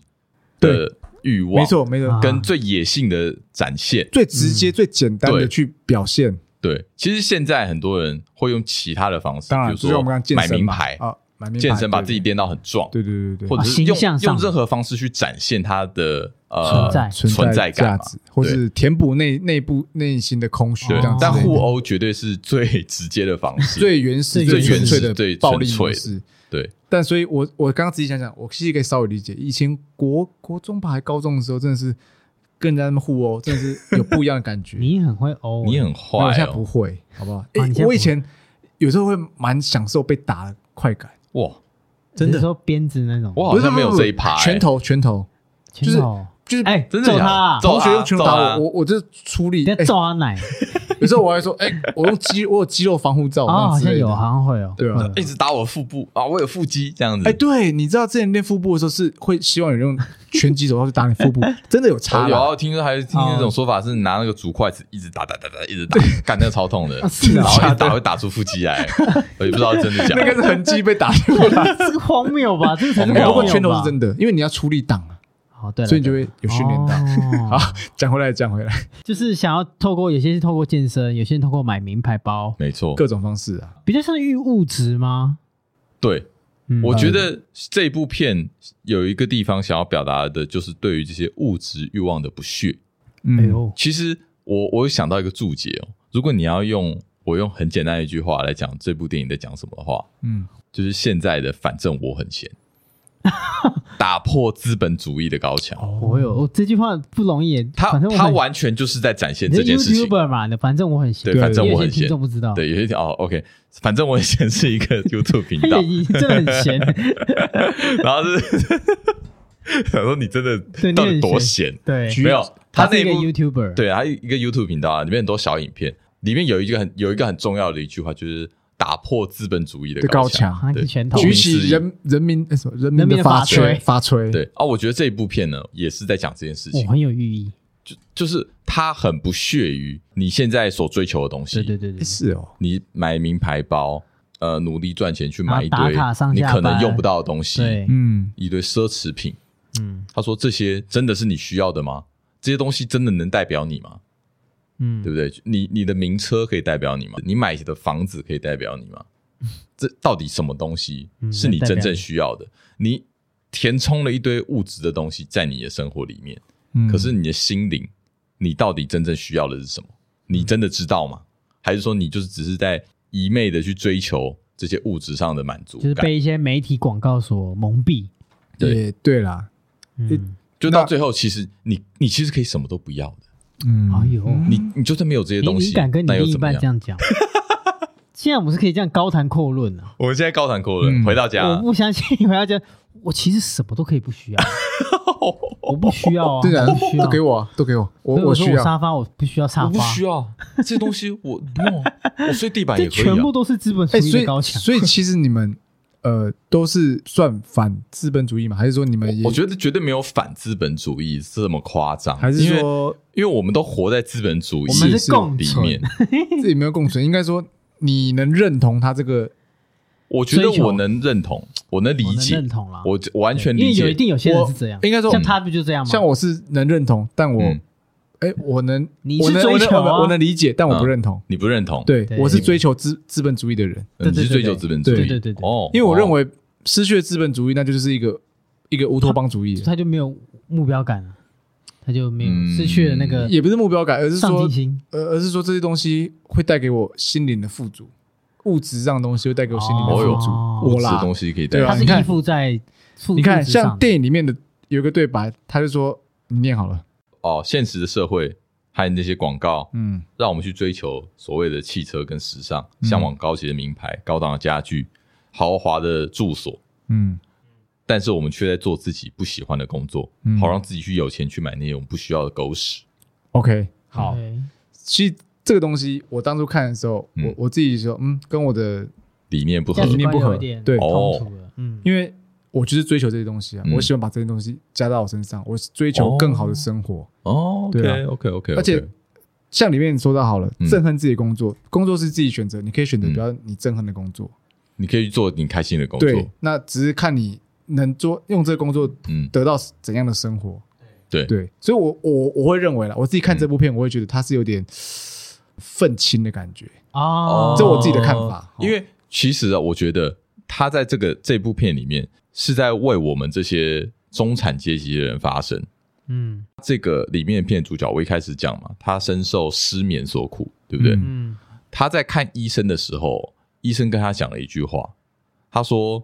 的欲望，
没，错，没错，
啊嗯
跟最野性的展现。
最直接、最简单的
对
去表现。
对，其实现在很多人会用其他的方式，
当然，
比
就像
如说
我们刚刚健
买
身
名
嘛
牌、
啊，买名牌
健身，把自己
对
练到很壮，
对对对对
或者
啊
是
形
用
象上
用
的
任何方式去展现他的呃
存在
存
在
价
感嘛
值，或是填补内内部内心的空虚，这
对
样
哦。
之类
但
的。
互殴绝对是最直接的方式，
最原始、
最
纯
原
粹
始
的
最
暴力
纯
模
粹的
式。
对，
但所以我，我刚刚仔细想想，我其实可以稍微理解，以前国国中吧还高中的时候，真的是跟人家那么互殴，真的是有不一样的感觉。
你很会殴，
你很
那我
坏
现在不
哦，
会，好不好？
你
诶
现在不
我以
会
前有时候会蛮享受被打的快感，
哇，
真的说鞭子那种，
我
不
好
是
像没有
不是
这一趴，
拳头拳头
拳头
就是
哎，
真的
揍
假的
他啊，
揍
同学
他
用拳头
揍
打
他
我，我我这出力，
人
诶
家揍他
哎
奶，
有时候我还说，哎，我用肌我有肌肉防护罩，
哦，
这样
好像
之类
有，
的
好像会哦，
对啊
会
一哎直打我腹部啊，我有腹肌这样子，
哎、对，你知道之前练腹部的时候是会希望有人用拳击手套去打你腹部，真的有差
我有
啦。
啊，听说还有听
哦
那种说法是拿那个竹筷子一直打打打打，一直打，干那个超痛的
啊，是啊
然
*laughs*
后一打会打出腹肌来，我也不知道真的假
那个是
的。
痕迹被打出
*laughs*
来，
这个荒
*laughs*
谬吧？这个才是
荒谬
不
荒
过
谬
拳头
啊吧
是真的，因为你要出力挡啊，
好，对了，
所以你就
对
会
了
有训练到。
哦
好，讲回来，讲回来，
就是想要透过有些是透过健身，有些是透过买名牌包，
没错，
各种方式啊，
比较像于物质吗？
对，
嗯
我觉得这部片有一个地方想要表达的，就是对于这些物质欲望的不屑。
嗯，
哎呦，
其实我我有想到一个注解哦，如果你要用我用很简单的一句话来讲这部电影在讲什么的话，
嗯，
就是现在的反正我很
*laughs*
闲，打破资本主义的高墙。
嗯
我有，我这句话不容易耶。
他
反正我
他
很
完全就是在展现
你
这
是
件事情。
YouTuber 嘛，反正我很闲，
对，反正
因为
我
有些
很
听
闲
众。不知道，
对，有一点哦，OK，反正我以前是一
*laughs*
个 YouTube 频
他 *laughs*
道
也，已真的很闲，
*laughs* 然后就是 *laughs* 想说你真的
对你
到底
很
多
闲
闲？
对，
居
没有，他
他
那
是一个
一部
YouTuber，，
对，他一个 YouTube 频道啊，里面很多小影片，里面有一个很有一个很重要的一句话，就是打破资本主义的
这高
墙。
墙，
好像
对
是拳头
我
举
们
起
是
人人民哎什么人
人民
民的
的法
发
锤
锤，发锤，
对啊，我觉得这一部片呢，也是在讲这件事
我
情，
很有寓意。
就就是他很不屑于你现在所追求的东西，
对对对对
哎，，是哦，
你买名牌包，呃，努力赚钱去买一
然后打
堆
卡上
你
下
可能
班
用不到的东西，
对，
嗯，
一堆奢侈品。
嗯
他说这些真的是你需要的吗？这些东西真的能代表你吗？
嗯
对，不对？你你的名车可以代表你吗？你买的房子可以代表你
*laughs*
吗？这到底什么东西
嗯
是你
能代表
真正
你
需要的？你填充了一堆物质的东西在你的生活里面，
嗯
可是你的心灵，你到底真正需要的是什么？你真的知道吗？
嗯
还是说你就是只是在一昧的去追求这些物质上的满足
就是
感？
被一些媒体广告所蒙蔽。
对
也对啦，
嗯，
就到
那
最后，其实你你其实可以什么都不要的。
嗯，
哎呦
嗯
你你就算没有这些
你
东
你
西，
敢跟你
那又
另一
怎么
半这
样？
样讲？
*laughs*
现在我们是可以这样高谈阔论啊！
我们现在高谈阔论，
嗯
回到家啊
我不相信你们要讲，我其实什么都可以不需
*laughs*
要，我不需要啊，
真的
我不
假
需
的，
要
都给。我啊，都给我，我
所以我说
需
我
要，
沙发，我不需要沙
我
发，
不需要这些东
*laughs*
西，我不用啊，我睡地板
这
也可以
全
啊
部。都是资本主
哎，
义
所
的
以
高墙。
所以其实你们呃都是算反资本主义嘛，还是说你们也
我觉得绝对没有反资本主义这么夸张，
还是
因为
说
因为我们都活在资本主义
我们是共
里
存
面，
这里没有共存？应该说你能认同他这个
我觉得
追求
我能认同，我能理
我能
解
认，同啦，
我我完全
因为
理
有一
解。
定有些人
我
是这样，
应该说
像他不就这样吗？
像我是能认同，但我
嗯
哎、我能，
你
我
是
能
追求
我
啊
能我能我能理解，但我不
嗯
认同。
你不认同，嗯
对
对
我是追求资资本主义的人，
嗯，你是
对对对
追求资本主义，
对对对对
哦，
因为我认
哦
为失去了资本主义，那就是一个一个乌托邦主义，
他就没有目标感了，他就没有
嗯
失去了那个
也不是目标感，而是
上
说
进，心。
呃，而是说这些东西会带给我心灵的富足，物质上的东西会带给我心灵的
哦
富足。
哦
我
物质
啦
的，东西可以带
对
来
啊
他是
你看
依附在父
你看
父子上
像电影里面的有一个对白，他就说你念好了，
哦，现实的社会和那些广告，
嗯，
让我们去追求所谓的汽车跟时尚，
嗯
向往高级的名牌、高档的家具、豪华的住所，
嗯，
但是我们却在做自己不喜欢的工作，
嗯
好让自己去有钱去买那些我们不需要的狗屎。
OK，好，
对
其实这个东西我当初看的时候，
嗯
我我自己说，嗯，跟我的，
理念不合
价，值
理念
观
不
有
合
一点
对哦
冲突了，嗯，
因为我就是追求这些东西啊，
嗯
我喜欢把这些东西加到我身上，我追求更好的生活。
哦，
对啊
o k OK OK，
而且像里面你说到好了，
嗯
憎恨自己的工作，工作是自己选择，你可以选择
嗯
不要你憎恨的工作。
你可以做你开心的工
对
作，，
那只是看你能做用这个工作
嗯，
得到怎样的生活。
对
对，所以我我我会认为啦，我自己看这部片，我会觉得它是有点嘶愤青的感觉。
哦，
这我自己的看法
因为其实啊，我觉得他在这个这部片里面是在为我们这些中产阶级的人发声。
嗯
这个里面的片主角，我一开始讲嘛，他深受失眠所苦，对不对？
嗯
嗯
他在看医生的时候，医生跟他讲了一句话，他说：“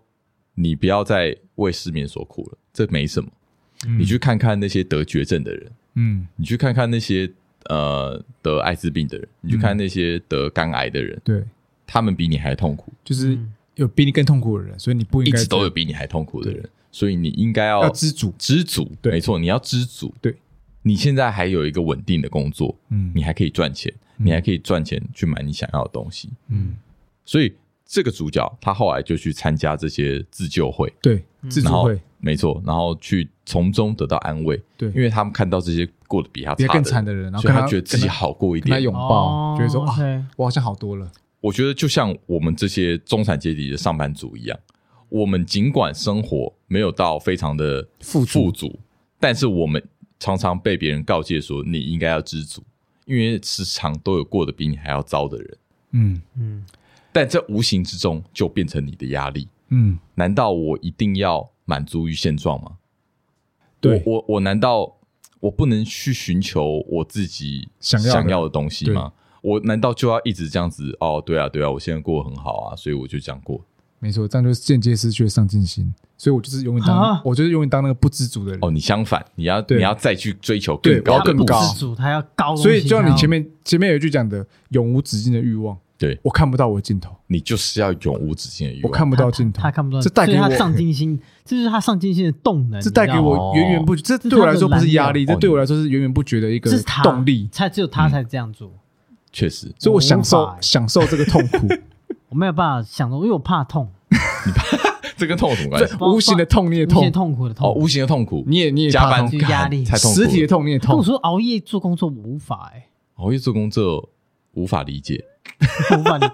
你不要再为失眠所苦了，这没什么。你去看看那些得绝症的人，
嗯，
你去看看那些呃得艾滋病的人，你去看那些得肝癌的人，
对，
他们比你还痛苦，
就是有比你更痛苦的人，所以你不
嗯一
应该
直都有
这
比你还痛苦的人，所以你应该要
样要知足。
知足，
对
没错，你要知足。
对，
你现在还有一个稳定的工作，
嗯
你还可以赚钱，
嗯
你还可以赚钱去买你想要的东西。
嗯，
所以这个主角他后来就去参加这些自救会，
对，自主
然后
会
没错，然后去从中得到安慰，
对
因为他们看到这些过得比他
比他更
差
惨
的
的人，然后
所以
跟
他觉得自己
跟他
好过一
跟他
点。
拥抱，
哦
觉得说啊，
OK
我好像好多了。
我觉得就像我们这些中产阶级的上班族一样，我们尽管生活没有到非常的
富足
富足，但是我们常常被别人告诫说你应该要知足，因为时常都有过得比你还要糟的人，
嗯
嗯
但这无形之中就变成你的压力。
嗯，
难道我一定要满足于现状吗？
对
我我我难道我不能去寻求我自己
想要的
想要的东西吗？我难道就要一直这样子？哦，对啊，对啊，我现在过得很好啊，所以我就这样过。
没错，这样就是间接失去了上进心，所以我就是永远当
啊，
我就是永远当那个不知足的人
哦，。你相反，你要
对
你要再去追求更
对
高
我要
的
更
目标
高
自主，他要高东西，
所以就像
他
你
要
前面前面有一句讲的“永无止境的欲望”，
对
我看不到我的尽头，
你就是要永无止境的欲
我
望。
看不到尽头，
啊他看不到，
这带给
所以
我
他上进
*laughs*
心，这就是他上进心的动能，
这带给
你知道吗
我源源不绝，这
这是
对我
他
来
的
说不是压
燃
力，
料
这对我来说是源源不绝的一
这
个
是他
动力，嗯
才只有他才这样做，
确实， *laughs*
所以我享
我无
受
法欸
享受这个痛
*laughs*
苦，
我没有办法想到，因为我怕痛，
这跟痛有什么关系？
不
无形的痛你也
无
痛，
限痛苦的
哦，
痛。
无形的痛苦，
你也你也
加
怕
班
痛，
就压力
太痛苦了。
实体的痛你也
跟我
痛，
说熬夜做工作我无法 *laughs* 哎，
熬夜哦做工作无法理解，
无法。你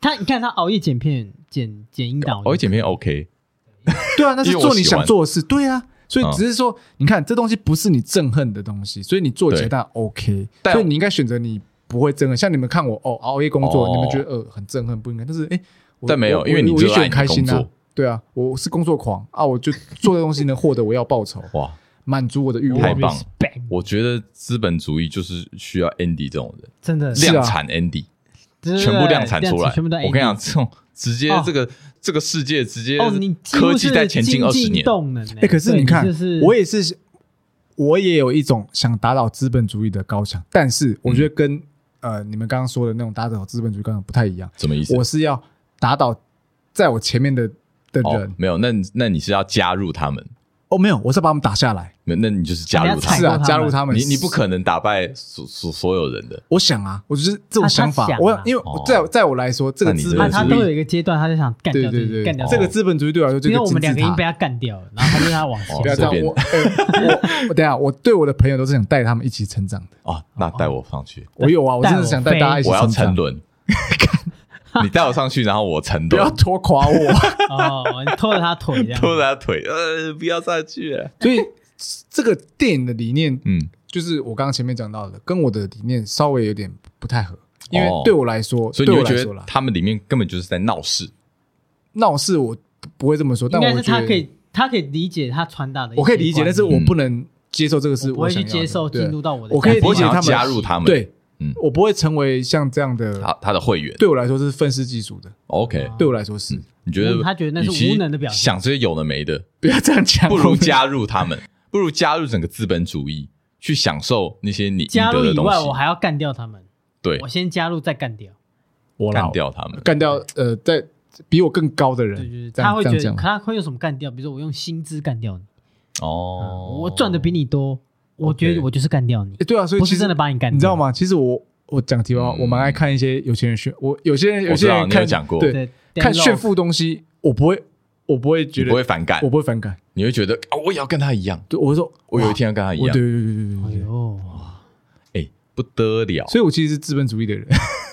他你看他熬夜剪片剪剪音档，
熬哦夜剪片 OK，
*laughs* 对啊，那是
因为我
做你
喜
想
欢
做的事，对啊。所以
嗯
只是说，你看这东西不是你憎恨的东西，所以你做起来
对
当然 OK，
但
所以你应该选择你不会憎恨。像你们看我哦熬夜工作，
哦
你们觉得呃很憎恨不应该，但是哎，我
但没有
我
因为你
我我一
热爱
选
你的
开心
工
啊
作，
对啊，我是工作狂啊，我就做的东西能获得我要报酬，
哇，
满足我的欲望，
太棒了
respect，
我觉得资本主义就是需要 Andy 这种人，
真的
是啊
量产 Andy，
对
全部量产出来。
全部都 AD
我跟你讲，这种直接
哦
这个这个世界直接
哦，你几乎
科技
是
在前进
精
二十
进
年，
动能
哎、
哎，
可是
对
你看，
就是
我也是，我也有一种想打倒资本主义的高墙，但是我觉
嗯
得跟、呃你们刚刚说的那种打倒资本主义高墙不太一样，
什么意思？
我是要打倒在我前面的的
哦
人。，
没有，那你那你是要加入他们，
哦，没有，我是把他们打下来，
那那你就是加入他
踩
是
过
啊，
他们
加入他们。
们，你你不，可能打败所所所有人的，
我想啊，我就是这种
他
想法
他。想啊
我因为
哦
在我在我来说，这个
那你
资
他
本
这
主
他
个
都有
义，
一个阶段，他就想干
对
掉
对
这个
对
干掉
对，
这
这
个
个资本主义对我来说就
因
是个
为我
金
们两
字
个已经
塔
被。他干掉了，然后他就让他往前
哦
不要这
随
样，
便
我 *laughs* 哎我我等一下，我对我的朋友都是想带他们一起成长的。
哦，那带我上去，
我有啊，我
带
真的
我
想带大家一起
我要
成
沉
长， *laughs*
沦。你带我上去，然后我沉
不要
沦， *laughs*
拖垮我。 *laughs*
哦，你拖着他腿这样，
拖着他腿，呃，不要上去。
所以这个电影的理念，
嗯，
就是我刚刚前面讲到的，跟我的理念稍微有点不太合。因为
哦
对我来说，
所以
对
你
我
会
来
觉
说
得
啦，
他们里面根本就是在闹事，
闹事我不不会这么说，
应
但
该
我
是
觉
他
得
可以，他可以理解他传达的一些观念，
我可以理解，但是我
嗯
不能接受这个是
我不会
想
去
要的
接受
对
进入到我的
我
家
可以
庭，
理
我
解
想
他
要
们
加入他们，，
对，
嗯
我不会成为像这样的，
他他的会员。
对我来说这是愤世嫉俗的，
嗯
OK，
对我来说是， *laughs*
你觉得
嗯他觉得那是
与其
无能的表现
想这些有的没的，
不要这样讲，
不如加入他
*laughs*
们，不如加入整个资本主义，去享受那些你
加
赢
入
得的
以
东
外，
西
我。还要干掉他们，
对
我，先加入再干掉，
*laughs* 我啦
干掉他们。
干掉呃，在比我更高的
对对对，
人，这
他
样
会
这
觉
样
得，
讲
可，他会用什么干掉？比如说我用薪资干掉你，
哦，
我赚的比你多，我觉得
OK
我就是干掉你
诶，对啊，所以
不
其
是
实
真的把你干掉，
你知道？吗？其实我我讲题外话，
嗯
我蛮爱看一些有钱人炫，我有些人有些
我知道
人
你有
看
讲过
对，
对，
看
Deadlock
炫富东西，我不会，我不会觉
你
得
不会，反感
我，不会反感，
你会觉得啊，我也要跟他一样，
哦对，我会说，
哦
我有一
哇
天要跟他一
我
样
对。对对对对
哎
对对，
呦，
哎，不得了，
所以我其实是资本主义 *laughs* 的人，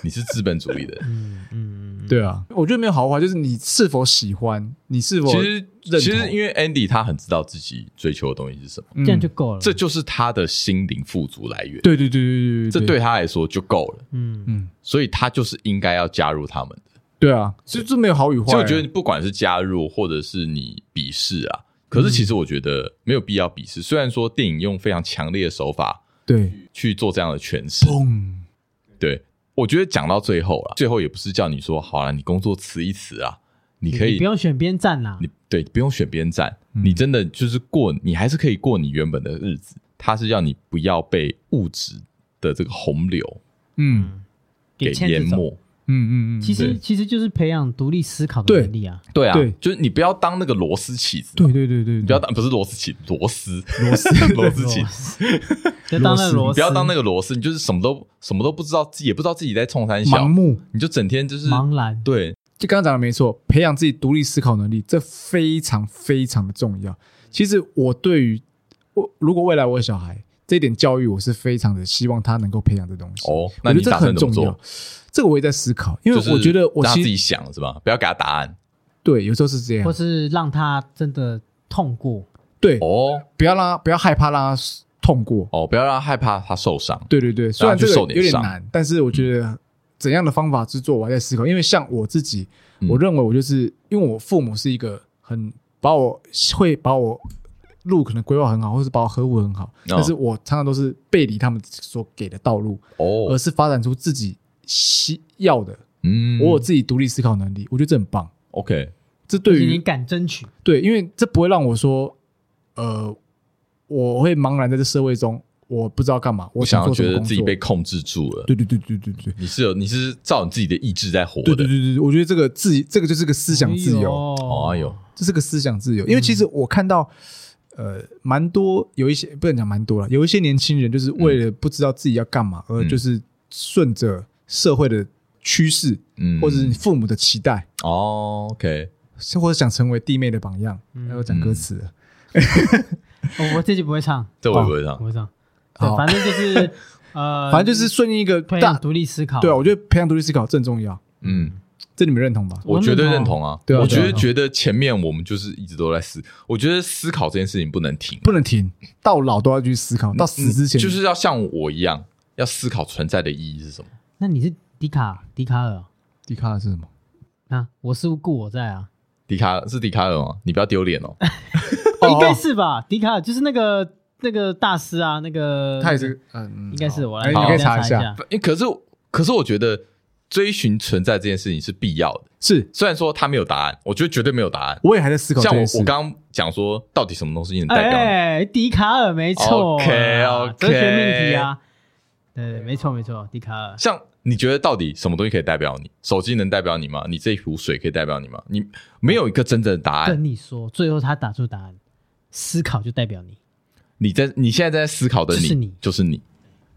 你是资本主义
*laughs*
的人。
嗯嗯，嗯
对啊，我觉得没有好坏，就是你是否喜欢，你是否
其实
认同
其实因为 Andy 他很知道自己追求的东西是什么，
嗯
这样就够了。
这就是他的心灵富足来源。
对对对对对对，
这对他来说就够了，
嗯
嗯
所以他就是应该要加入他们的。
对啊，就就没有好与坏啊。
其实我觉得不管是加入或者是你鄙视啊，可
嗯
是其实我觉得没有必要鄙视。虽然说电影用非常强烈的手法
对，
去做这样的诠释，
砰，
对我觉得讲到最后啊，最后也不是叫你说好了，你工作辞一辞啊，你可以
你不用选边站啦。
你对不用选边站，
嗯
你真的就是过，你还是可以过你原本的日子。他是要你不要被物质的这个洪流
嗯
给
牵
淹
制走。
没。
嗯嗯嗯，
其
对
实其实就是培养独立思考的
对
能力啊。
对啊，
对
就是你不要当那个螺丝起子，
对对对对，
你不要当不是螺丝起螺丝
螺丝
*laughs* 螺丝起
哦
螺
子，
丝，就当那个螺丝，
你不要当那个螺丝，你就是什么都什么都不知道，自己也不知道自己在冲三
*laughs* 盲
小，
目。
你就整天就是
茫然。
对
就刚刚讲的没错，培养自己独立思考能力，这非常非常的重要。其实我对于我如果未来我有小孩这一点教育，我是非常的希望他能够培养这东西。
哦。那
我觉得
你
这
打
个
算
很
怎么
重
做
要？。这个我也在思考，因为
就是
我觉得我
让他
其实
自己想是吧？不要给他答案
对有时候是
啊
这
或
样，
是让他真的痛过。
对，
哦
不要让他不要害怕让他痛过。
哦，不要让他害怕他受伤。
对对对，虽
让
然
他
这
去
个
受
有
点
点
伤
难，但是我觉得怎样的方法制作，我还在思考。因为像我自己，
嗯
我认为我就是因为我父母是一个很把我会把我路可能规划很好，或是把我呵护
哦
很好，但是我常常都是背离他们所给的道路，而
哦，
是发展出自己需要的。
嗯
我有自己独立思考能力，我觉得这很棒。
OK，
这对
就是你
于
敢争取，
对，因为这不会让我说，呃，我会茫然在这社会中，我不知道干嘛，我
不
想
想要
做什
觉
么
得
工
自己
作
被。控制住了。
对对对对对对。
你是有，你是照你自己的意志在活
对对对
的。
对，对我觉得这个自己这个就是个思想自由，
由
哦，哎呦，
这是个思想自由。因为
嗯
其实我看到，呃，蛮多有一些不能讲蛮多了，有一些年轻人就是
嗯
为了不知道自己要干嘛，而就是顺着社会的趋势，
嗯，
或者是你父母的期待，
哦，OK，
或者想成为弟妹的榜样。
嗯
要讲歌词了，
哦我自己不会唱，
这我也不会让
我
哦
不会唱。
啊好
对，反正就是
*laughs*
呃，
反正就是顺应一个
培
大
养，独立思考。
对啊，我觉得培养独立思考正重要，
嗯，
这你们认同吧？
我哦
我绝对认
认同
同啊。
对啊
我
对
觉
啊
得
对啊
觉得前面我们就是一直都在思，我觉得思考这件事情不能停，
不能停，到老都要去思考，到死之前
就是要像我一样，要思考存在的意义是什么。
那你是笛卡笛卡尔哦
迪卡尔是什么？
啊？我是故我在啊，
笛卡尔是笛卡尔吗？你不要丢
*laughs*
脸哦。
应该是吧？笛卡尔就是那个那个大师啊，那个
他也是，嗯，
应该是
好
我
哎
来，
你可以查
一
一 *laughs* 下，
诶可是可是我觉得追寻存在这件事情是必要的，
是
虽然说他没有答案，我觉得绝对没有答案。
我也还在思考这
像我
件事。
我刚刚讲说，到底什么东西能代表你？
哎，笛卡尔没错啊
OK，OK
哲学命题啊，对，没错没错，笛卡
*laughs*
尔
像你觉得到底什么东西可以代表你？手机能代表你吗？你这一壶水可以代表你吗？你没有一个真正的答
哎
案。
跟你说，最后他打出答案，思考就代表你，
你在你现在在思考的
就是你
就是你，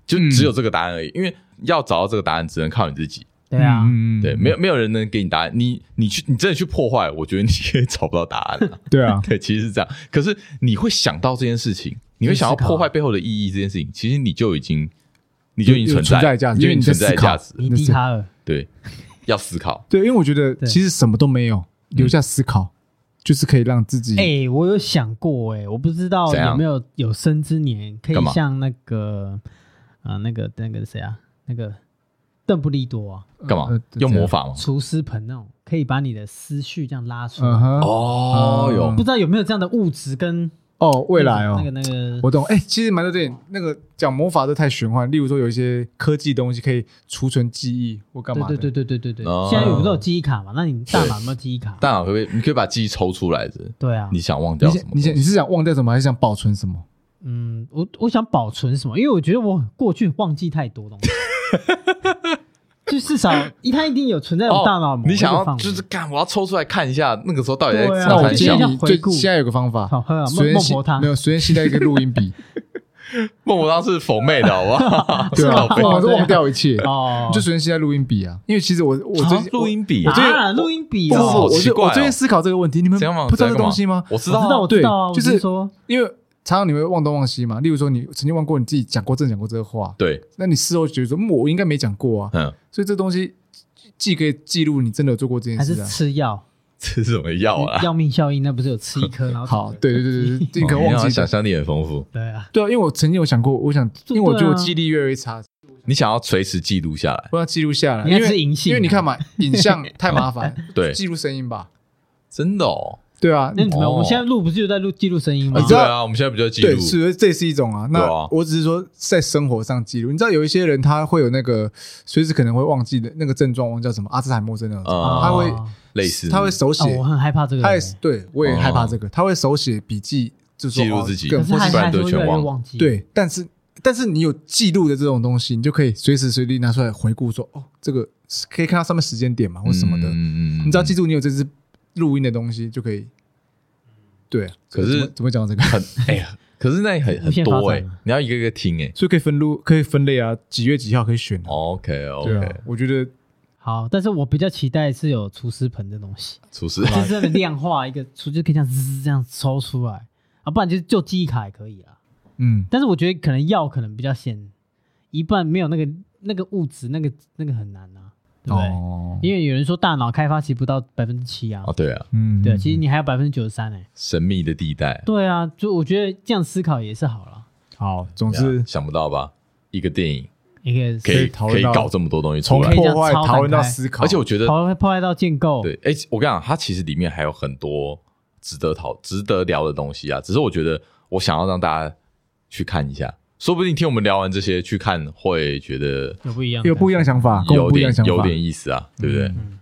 就
嗯
只有这个答案而已。因为要找到这个答案，只能靠你自己。
对啊，
嗯
*laughs* 对，没有没有人能给你答案。你你去你真的去破坏，我觉得你也 *laughs* 找不到答案了。
对啊，
对，其实是这样。可是你会想到这件事情，你会想要
去思考啊
破坏背后的意义这件事情，其实你就已经你就已经
有有存在的价值
你就已
因
经
为
存
你在
在的
思考
价值了。
你笛卡尔，
对，要思考。
对，因为我觉得
对
其实什么都没有，留下思考就是可以让自己
哎，我有想过，哎，我不知道
嗯怎样
有没有有生之年可
干
以
嘛
像那个啊，那个那个谁啊，那个邓布利多啊，
干嘛
呃
用魔法吗？
厨师盆那种，可以把你的思绪这样拉出
嗯
来，
哼
哦
嗯
哟，
不知道有没有这样的物质跟
哦，未来哦
那个，那个
我懂。哎，其实蛮多电影那个讲魔法都太玄幻，例如说有一些科技东西可以储存记忆或干嘛
对
的，
对对对对对
哦
对，现在有不是有记忆卡嘛？那你大脑有没有记忆卡？
大脑可不可以？你可以把记忆抽出来的，
对啊，
你想忘掉
你
什
想
么？
你想你是想忘掉什么，还是想保存什么？
嗯，我我想保存什么？因为我觉得我过去忘记太多东
*laughs*
西，就至少它一定有存在我大脑
哦
某一个
你想要
范围
就是干，我要抽出来看一下 *laughs* 那个时候到底在
对啊
那
唱
我
三
建
小
议。
想
你
回
最
顾
现在有个方法
好喝啊，
随
孟
身携
孟婆汤
没有随身携带一个录音笔，
孟婆汤是否妹的，好不好？
*laughs* 对啊，
是吗
我是
哦对啊
忘掉一
*laughs*
切，
哦，
就随身携带录音笔啊。因为其实我我最
啊
近
录音笔
我最近
啊录音笔
不
哦
不不，
好
我
奇
最
怪哦
我最近思考这个问题，你们
怎样嘛？
嗯不知道这
怎样
个
干嘛
东西吗？
我知
我
道
知道
啊，
我知道啊，
对
我
就是
说
因为常常你会忘东忘西嘛。例如说，你曾经忘过你自己讲过这讲过这个话，
对，
那你事后觉得说，嗯我应该没讲过啊。
嗯，
所以这东西既可以记录你真的有做过这件
还
事
是
啊。
吃药？
这是什么药啊？
要命效应，那不是有吃一颗然 *laughs* 后
好，对对对对，对你可
哦
能
你好
忘
*laughs* 像
记
想
的。
象力很丰富，
对啊，
对啊，因为我曾经有想过，我想，因为我觉得我记忆力越来越差，
你想要随时记录下来，
我要记录下来，
你
因
应该是
为
银杏啊
因为你看
*laughs*
嘛，影像太麻烦，
*laughs* 对
记录声音吧，
真的哦。
对啊，
那你怎么样？
哦
我们现在录不是就在录记录声音吗
你？知
对
道
啊，我们现在不就记
对，
录？
是这是一种啊。
对
那
啊
我只是说在生活上记录，你知道有一些人他会有那个随时可能会忘记的那个症状，忘记叫什么阿兹海默症那种，
啊
他会
哦
类似，哦
他会手写，
啊我很害怕这个
他也
人，
是对我也害怕这个，他会手写笔记，就说
记录
哦
自己
更
可是
或
还
是
是
不然
还是
都
会
全
越来越
忘
忘记。，
对，但是但是你有记录的这种东西，你就可以随时随地拿出来回顾说，哦，这个是可以看到上面时间点嘛，或什么的，
嗯
你只要记住你有这支录音的东西就可以。对啊，
可是
怎么怎么讲到这个？ *laughs*
很哎呀，可是那很
无
很
限
多
发
哎
展啊，
你要一个一个听哎。
所以可以分录，可以分类啊，几月几号可以选啊
哦 OK
对啊
OK，，
我觉得
好，但是我比较期待是有除湿盆这东西，
厨师
就是真的量化一个除，就可以这样滋这样抽出来啊，不然就是就记忆卡也可以啊。
嗯，
但是我觉得可能药可能比较显，一半没有那个那个物质，那个那个很难啊，对不对？
哦，
因为有人说大脑开发其实不到百分之七啊
*laughs* 哦，，对啊，
嗯，
对，其实你还有百分之九十三哎，
神秘的地带，
对啊，就我觉得这样思考也是好了，
好，总
对啊
之
想不到吧？一个电影
一个
可
可以
以讨
可
论
以
到
搞这么多东西出
从
来
可以，这样
破坏
超
讨论到
展开
思考，
而且我觉得
破坏破坏到建构，
对，哎、我跟你讲，它其实里面还有很多值得讨、值得聊的东西啊。只是我觉得，我想要让大家去看一下，说不定听我们聊完这些去看，会觉得
有不一样的，
有不一样的想法，啊跟我
有
不一样
点
的想法，
有点意思啊，对不对？
嗯，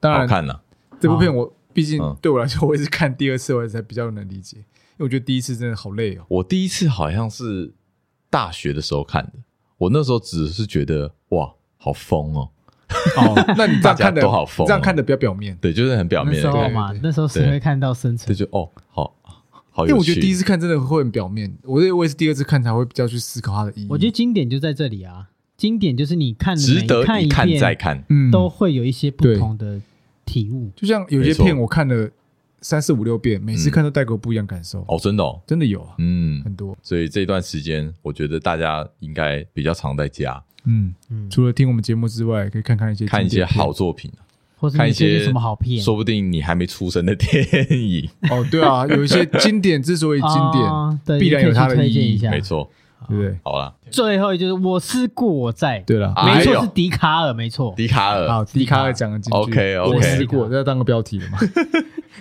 当
好
然，
看啊呢、
这部片我毕竟
嗯
对我来说，我也是看第二次我才比较能理解，因为我觉得第一次真的好累
*laughs*
哦。
我第一次好像是大学的时候看的，我那时候只是觉得哇，好疯哦，
哦，那你这
大
样
家
看的
都好疯哦
这样看的比较表面，
对，就是很表
那
面
时
的，
候
对，
哦嘛
对对，
那时候谁
对
会看到深层
这？就哦，好好有趣。
因为我觉得第一次看真的会很表面，我也我也是第二次看才会比较去思考它的意义。
我觉得经典就在这里啊，经典就是你看了每
值得一
看
看
一
再
遍，
看，
嗯
都会有一些不
对
同的体悟。
就像有
没
些
错
片我看了三四五六遍，每次
嗯
看都带给我不一样感受，
哦，真的哦，
真的有啊，
嗯，
很多。
所以这段时间，我觉得大家应该比较常在家
嗯，
嗯，
除了听我们节目之外，可以看看一些
看一
经
些
典片
好作品，啊
或者
看一
些
些
什么好片，
说不定你还没出生的电影。
哦，对
*laughs*
啊，有一些经典之所以经典，
啊对
必然
你可以
有它
去
的
推
意
荐
义
一下。
没，错，
对不对？
好啦，
最后就是我思故我在，
对了，
啊
没
哎呦
错是笛卡尔，没错。
笛卡尔，
好，迪卡尔讲了几句
OK，OK
我试过，这要当个标题了
*laughs*
嘛？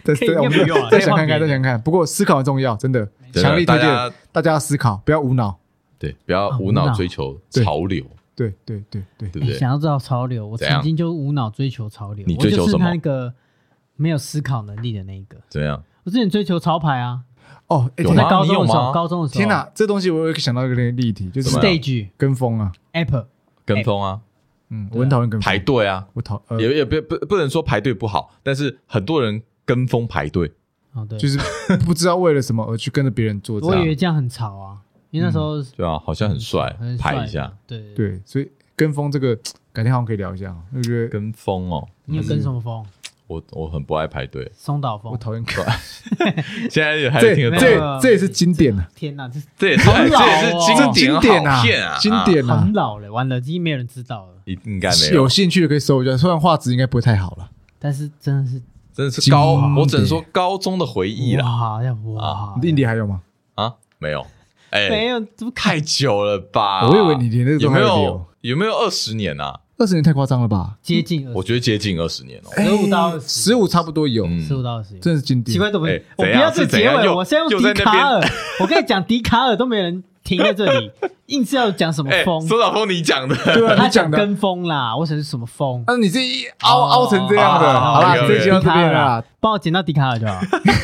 再
可以
再我
应该不用啊
们再想看
可
看，
以换别的
再想看看。不过思考很重要，真的，
真的
强力推
大
荐
家
大家要思考，不要无脑。
对，不要
啊
无
无脑
脑追求
对
潮流，
对对对对，
对不
哎
对？
想要知道潮流，我
怎样
曾经就无脑追求潮流，
你追求
我就是
什么
那个没有思考能力的那一个。
怎么样？
我之前追求潮牌啊，
哦，哎
有
我
天
在
哪
吗
高中的
你
时
有吗
候，高中的时候，
天哪，这东西我有想到一个例题，就是
怎么样
！Stage
跟风啊，
App
跟风啊，
嗯，我很讨厌跟风
排，队啊，
我讨呃，
也也不不不能说排队不好，但是很多人跟风排队，
哦，对，
就是 *laughs* 不知道为了什么而去跟着别人做这
我以
样，
为这样很潮啊，因为那时候
对啊，好像很帅
嗯很，帅
排一下，
对，
对，所以跟风这个改天好像可以聊一下哦，我觉得
跟风哦，
你有跟什么风？
我我很不爱排队，
松岛
嗯我
风。
讨厌跟，
现在也还
这
是听得
没
懂
有
吗，
这这也是经典啊，
天哪，这是
这也是
很老
这也是
哦
这
经
经
典
典
好
啊
片啊，，
经
啊哦
典啊
很，老了，完了，已经没有人知道了。
一应该没有
有兴趣的可以搜一下，虽然画质应该不会太好了。
但是真的是
真的是高
经，典
我只能说高中的回忆啦
哇呀哇呀！
印尼还有吗？
啊，没有，哎、
没有，怎么看？
太久了吧？
我以为你连那个
有
都
没
还
有
有
有没有二十年啊？
二十年太夸张了吧？哎
接近二
我
十，
觉得接近二十年哦、
15到20
十五差不多有，
嗯
十五到二十。
真的是经
奇
典。
怪，怎么
哎
我不
怎样
要这
是怎
结
样
尾？
又
我现在
又
用
在
笛
那
卡尔， *laughs* 我跟你讲，笛卡尔都没人停在这
*laughs*
里，硬是要讲什么
哎、
风。
苏晓峰，你讲的，
*laughs*
对啊，
他
你讲的，
跟风啦，我想是什么风？
啊，你这一 *laughs* 凹
哦
凹成这样的，
哦
好啦，
OK，OK
这一集到这
笛卡
边
尔
啦
啊，，帮我剪到笛卡尔就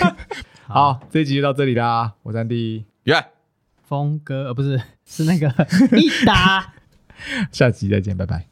*laughs*
好。
好，这一集就到这里啦，我是安迪，
原来
峰哥，呃，不是，是那个 *laughs* 一达。
下集再见，拜拜。